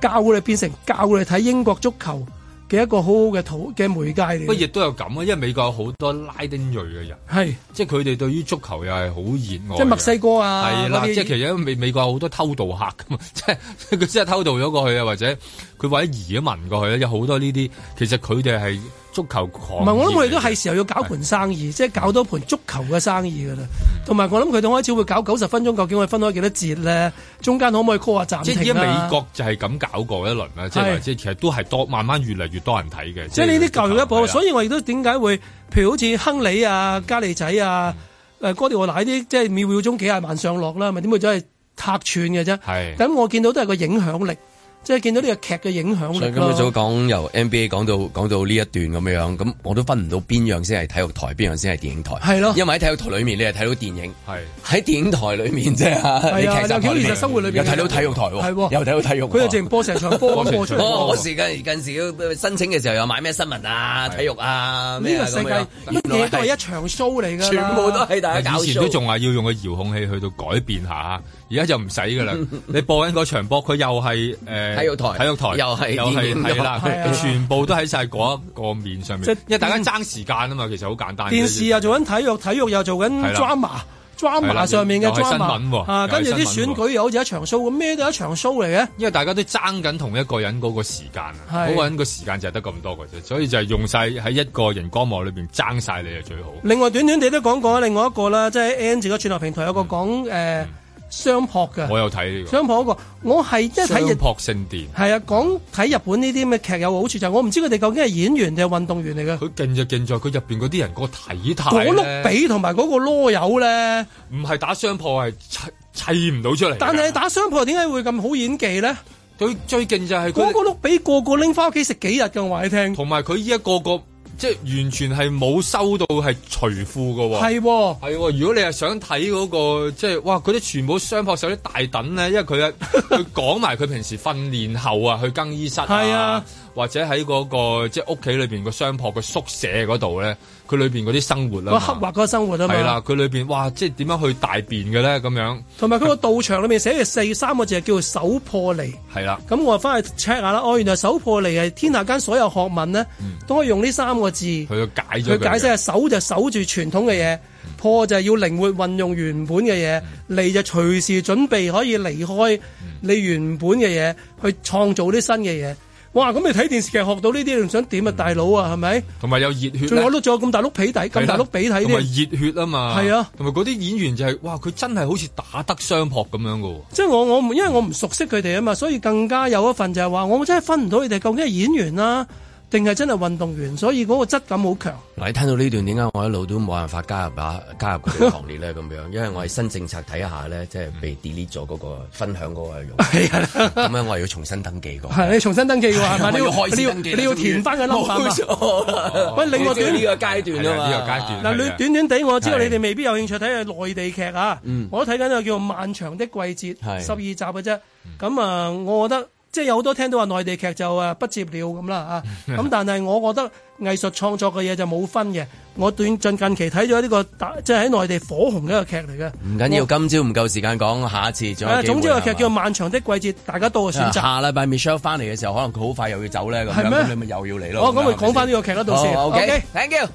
Speaker 4: 教佢哋變成教佢哋睇英國足球嘅一個好好嘅途嘅媒介
Speaker 3: 不過
Speaker 4: 嚟。
Speaker 3: 亦都有咁啊，因為美國有好多拉丁裔嘅人，
Speaker 4: 係
Speaker 3: 即係佢哋對於足球又係好熱愛嘅。
Speaker 4: 即係墨西哥啊，
Speaker 3: 係啦，
Speaker 4: 嗰啲
Speaker 3: 即係其實因為美美國有好多偷渡客噶嘛， [LAUGHS] 即係佢真係偷渡咗過去啊，或者佢或者移咗民過去啊咧，有好多呢啲，其實佢哋係足球狂
Speaker 4: 唔係，我諗我哋都
Speaker 3: 熱嚟
Speaker 4: 係時候要搞盤生意，即係搞多盤足球嘅生意㗎啦。同埋我諗佢哋開始會搞九十分鐘，究竟我哋分開幾多節咧？中間可唔可以 call 下暫
Speaker 3: 嘅即係
Speaker 4: 停啊
Speaker 3: 依家
Speaker 4: 啦
Speaker 3: 美國就係咁搞過一輪啦，即
Speaker 4: 係
Speaker 3: 係即係其實都係多慢慢越嚟越多人睇嘅，
Speaker 4: 即係呢啲教育一
Speaker 3: 啊
Speaker 4: 步，所以我亦都點解會，譬如好似亨利啊、加利仔啊、誒哥迪奧拿呢啲，即係秒秒鐘幾廿萬上落啦，咪點會真係客串嘅啫？
Speaker 3: 係
Speaker 4: 咁我見到都係個影響力，即係見到呢個劇嘅影響
Speaker 2: 所
Speaker 4: 力
Speaker 2: 以今朝早
Speaker 4: 咯。
Speaker 2: 講由 NBA 講到講到呢一段咁樣，咁我都分唔到邊樣先係體育台，邊樣先係電影台。
Speaker 4: 係咯
Speaker 2: 因為喺體育台裏面你係睇到電影，
Speaker 3: 係
Speaker 2: 喺電影台裏面啫嚇，你
Speaker 4: 係啊，
Speaker 2: 劇集
Speaker 4: 有幾
Speaker 2: 台
Speaker 4: 好
Speaker 2: 裏
Speaker 4: 現實
Speaker 2: 面
Speaker 4: 生活裏邊
Speaker 2: 又睇到體育台
Speaker 4: 係
Speaker 2: 喎，又睇到體育喎。
Speaker 4: 佢就直播成場波咁播出嚟
Speaker 2: 我我
Speaker 4: 喎。
Speaker 2: 時近近時要申請嘅時候又買咩新聞啊、體育啊，
Speaker 4: 呢
Speaker 2: 咩啊
Speaker 4: 個世
Speaker 2: 咁
Speaker 4: 界
Speaker 2: 樣
Speaker 4: 乜嘢都係一場 show 嚟㗎啦，
Speaker 2: 全部都係大家搞
Speaker 3: 以前都
Speaker 2: show
Speaker 3: 仲話要用個遙控器去到改變下，而家就唔使噶
Speaker 4: [LAUGHS]
Speaker 3: 啦。你播緊嗰場波，佢又係誒
Speaker 2: 體育台
Speaker 3: 體育台
Speaker 2: 又係
Speaker 3: 又
Speaker 2: 電影
Speaker 3: 係
Speaker 2: 台
Speaker 3: 係啦
Speaker 2: 係啊，
Speaker 3: 全部都喺晒嗰一個面上面。因為大家爭時間啊嘛，其實好簡單。
Speaker 4: 電視啊又做緊體育，體育又做緊
Speaker 3: 係啦
Speaker 4: drama。
Speaker 3: 係
Speaker 4: drama
Speaker 3: 啦
Speaker 4: 上面嘅
Speaker 3: 又係新聞
Speaker 4: drama
Speaker 3: 喎
Speaker 4: 啊，跟住
Speaker 3: 又係
Speaker 4: 啲
Speaker 3: 新
Speaker 4: 選
Speaker 3: 聞喎
Speaker 4: 舉又好似一場 show 咁，咩都係一場 show 嚟嘅。
Speaker 3: 因為大家都爭緊同一個人嗰個時間啊，
Speaker 4: 係
Speaker 3: 嗰個人個時間就係得咁多嘅啫，所以就係用晒喺一個熒光幕裏邊爭晒你係最好。
Speaker 4: 另外短短地都講過另外一個啦，即係 N 字嗰串流平台有個講誒
Speaker 3: 嗯
Speaker 4: 相撲
Speaker 3: 我
Speaker 4: 嘅，
Speaker 3: 有睇呢個
Speaker 4: 相撲嗰個，我係即係
Speaker 3: 商
Speaker 4: 睇日
Speaker 3: 撲聖殿，
Speaker 4: 係啊，講睇日本呢啲咁嘅劇有個好處就係我唔知佢哋究竟係演員定係運動員嚟嘅，
Speaker 3: 佢勁就勁在佢入邊嗰啲人個體態
Speaker 4: 嗰
Speaker 3: 咧
Speaker 4: 碌髀同埋嗰個啰柚咧，
Speaker 3: 唔係打相撲係砌砌唔到出嚟㗎。
Speaker 4: 但係打相撲點解會咁好演技咧？
Speaker 3: 佢最勁就係佢
Speaker 4: 嗰個碌髀個個拎翻屋企食幾日嘅，我話你聽。
Speaker 3: 同埋佢依一個個即係完全係冇收到係除褲嘅喎。
Speaker 4: 係喎
Speaker 3: 係喎，如果你係想睇嗰、個即係哇，嗰啲全部雙撲手啲大躉咧，因為
Speaker 4: [LAUGHS]
Speaker 3: 佢啊佢講埋佢平時訓練後啊去更衣室
Speaker 4: 係啊，
Speaker 3: 或者喺嗰、個即係屋企裏邊個雙撲嘅宿舍嗰度咧，佢裏邊嗰啲生活
Speaker 4: 個
Speaker 3: 啦
Speaker 4: 啊刻
Speaker 3: 嘛。
Speaker 4: 畫嗰個生活啊嘛。
Speaker 3: 係啦，佢裏邊哇，即係點樣去大便嘅咧？咁樣
Speaker 4: 同埋佢個道場裏面寫嘅四三個字係叫做手破離。
Speaker 3: 係啦，
Speaker 4: 咁我啊翻去 check 下啦，哦，原來手破離係天下間所有學問咧，都可以用呢三個字去
Speaker 3: 嗯佢就嗯解咗
Speaker 4: 解釋
Speaker 3: 嘅
Speaker 4: 係守就守住傳統嘅嘢，破就係要靈活運用原本嘅嘢，
Speaker 3: 嗯
Speaker 4: 離就隨時準備可以離開你原本嘅嘢，去創造啲新嘅嘢。哇！咁你睇電視劇學到呢啲，你唔想
Speaker 3: 嗯
Speaker 4: 點啊，大佬啊，係咪？
Speaker 3: 同埋有熱血
Speaker 4: 仲
Speaker 3: 呢
Speaker 4: 有碌咗咁大碌皮底，咁大碌髀睇
Speaker 3: 同埋
Speaker 4: 添。
Speaker 3: 熱血啊嘛，
Speaker 4: 係啊，
Speaker 3: 同埋嗰啲演員就係、哇，佢真係好似打得雙撲咁樣嘅喎。
Speaker 4: 即係我我唔因為我唔熟悉佢哋啊嘛，所以更加有一份就係話我真係分唔到佢哋究竟係演員啦、定係真係運動員，所以嗰個質感好強。
Speaker 2: 嗱，你聽到呢段點解我一路都冇辦法加入啊加入佢哋行列咧咁樣？因為我係新政策底下 [LAUGHS] 咧，即係被 delete 咗嗰個分享嗰個用戶。咁樣嗯 [LAUGHS] 我係要重新登記過。
Speaker 4: 係你重新登記嘅喎，係咪？
Speaker 2: 我
Speaker 4: 你
Speaker 2: 要
Speaker 4: 要
Speaker 2: 開始
Speaker 4: 你要
Speaker 2: 登記啦
Speaker 4: 你要填翻個 number 嘛
Speaker 2: 冇錯
Speaker 4: 喂，另外
Speaker 2: 即係
Speaker 4: 短
Speaker 2: 呢個階段啊嘛，
Speaker 3: 係啊呢個階段係
Speaker 4: 嗱，短
Speaker 3: 啊
Speaker 4: 短短地，我知道你
Speaker 2: 係
Speaker 4: 哋未必有興趣睇嘅內地劇啊
Speaker 2: 嗯。
Speaker 4: 我都睇緊一個叫《漫長的季節》，
Speaker 2: 係嗯
Speaker 4: 十二集嘅啫。咁啊，我覺得即係有好多聽到話內地劇就啊不接了咁啦啊。
Speaker 2: 嗯
Speaker 4: 咁但係我覺得藝術創作嘅嘢就冇分嘅。我短近近期睇咗呢個大即係喺內地火紅嘅一個劇嚟嘅。
Speaker 2: 唔緊要，今朝唔夠時間講，下一嗯次仲有
Speaker 4: 啊，
Speaker 2: 機會
Speaker 4: 總之個
Speaker 2: 係
Speaker 4: 劇
Speaker 2: 嘛啊
Speaker 4: 叫《漫長的季節》，大家多個選擇。
Speaker 2: 下禮拜 Michelle 翻嚟嘅時候，可能佢好快又要走咧，咁
Speaker 4: 係
Speaker 2: 樣
Speaker 4: 咩
Speaker 2: 咁你咪又要嚟咯。
Speaker 4: 哦咁咪
Speaker 2: 係咪
Speaker 4: 講返呢個劇啦到時
Speaker 2: 好
Speaker 4: OK
Speaker 2: OK，thank you。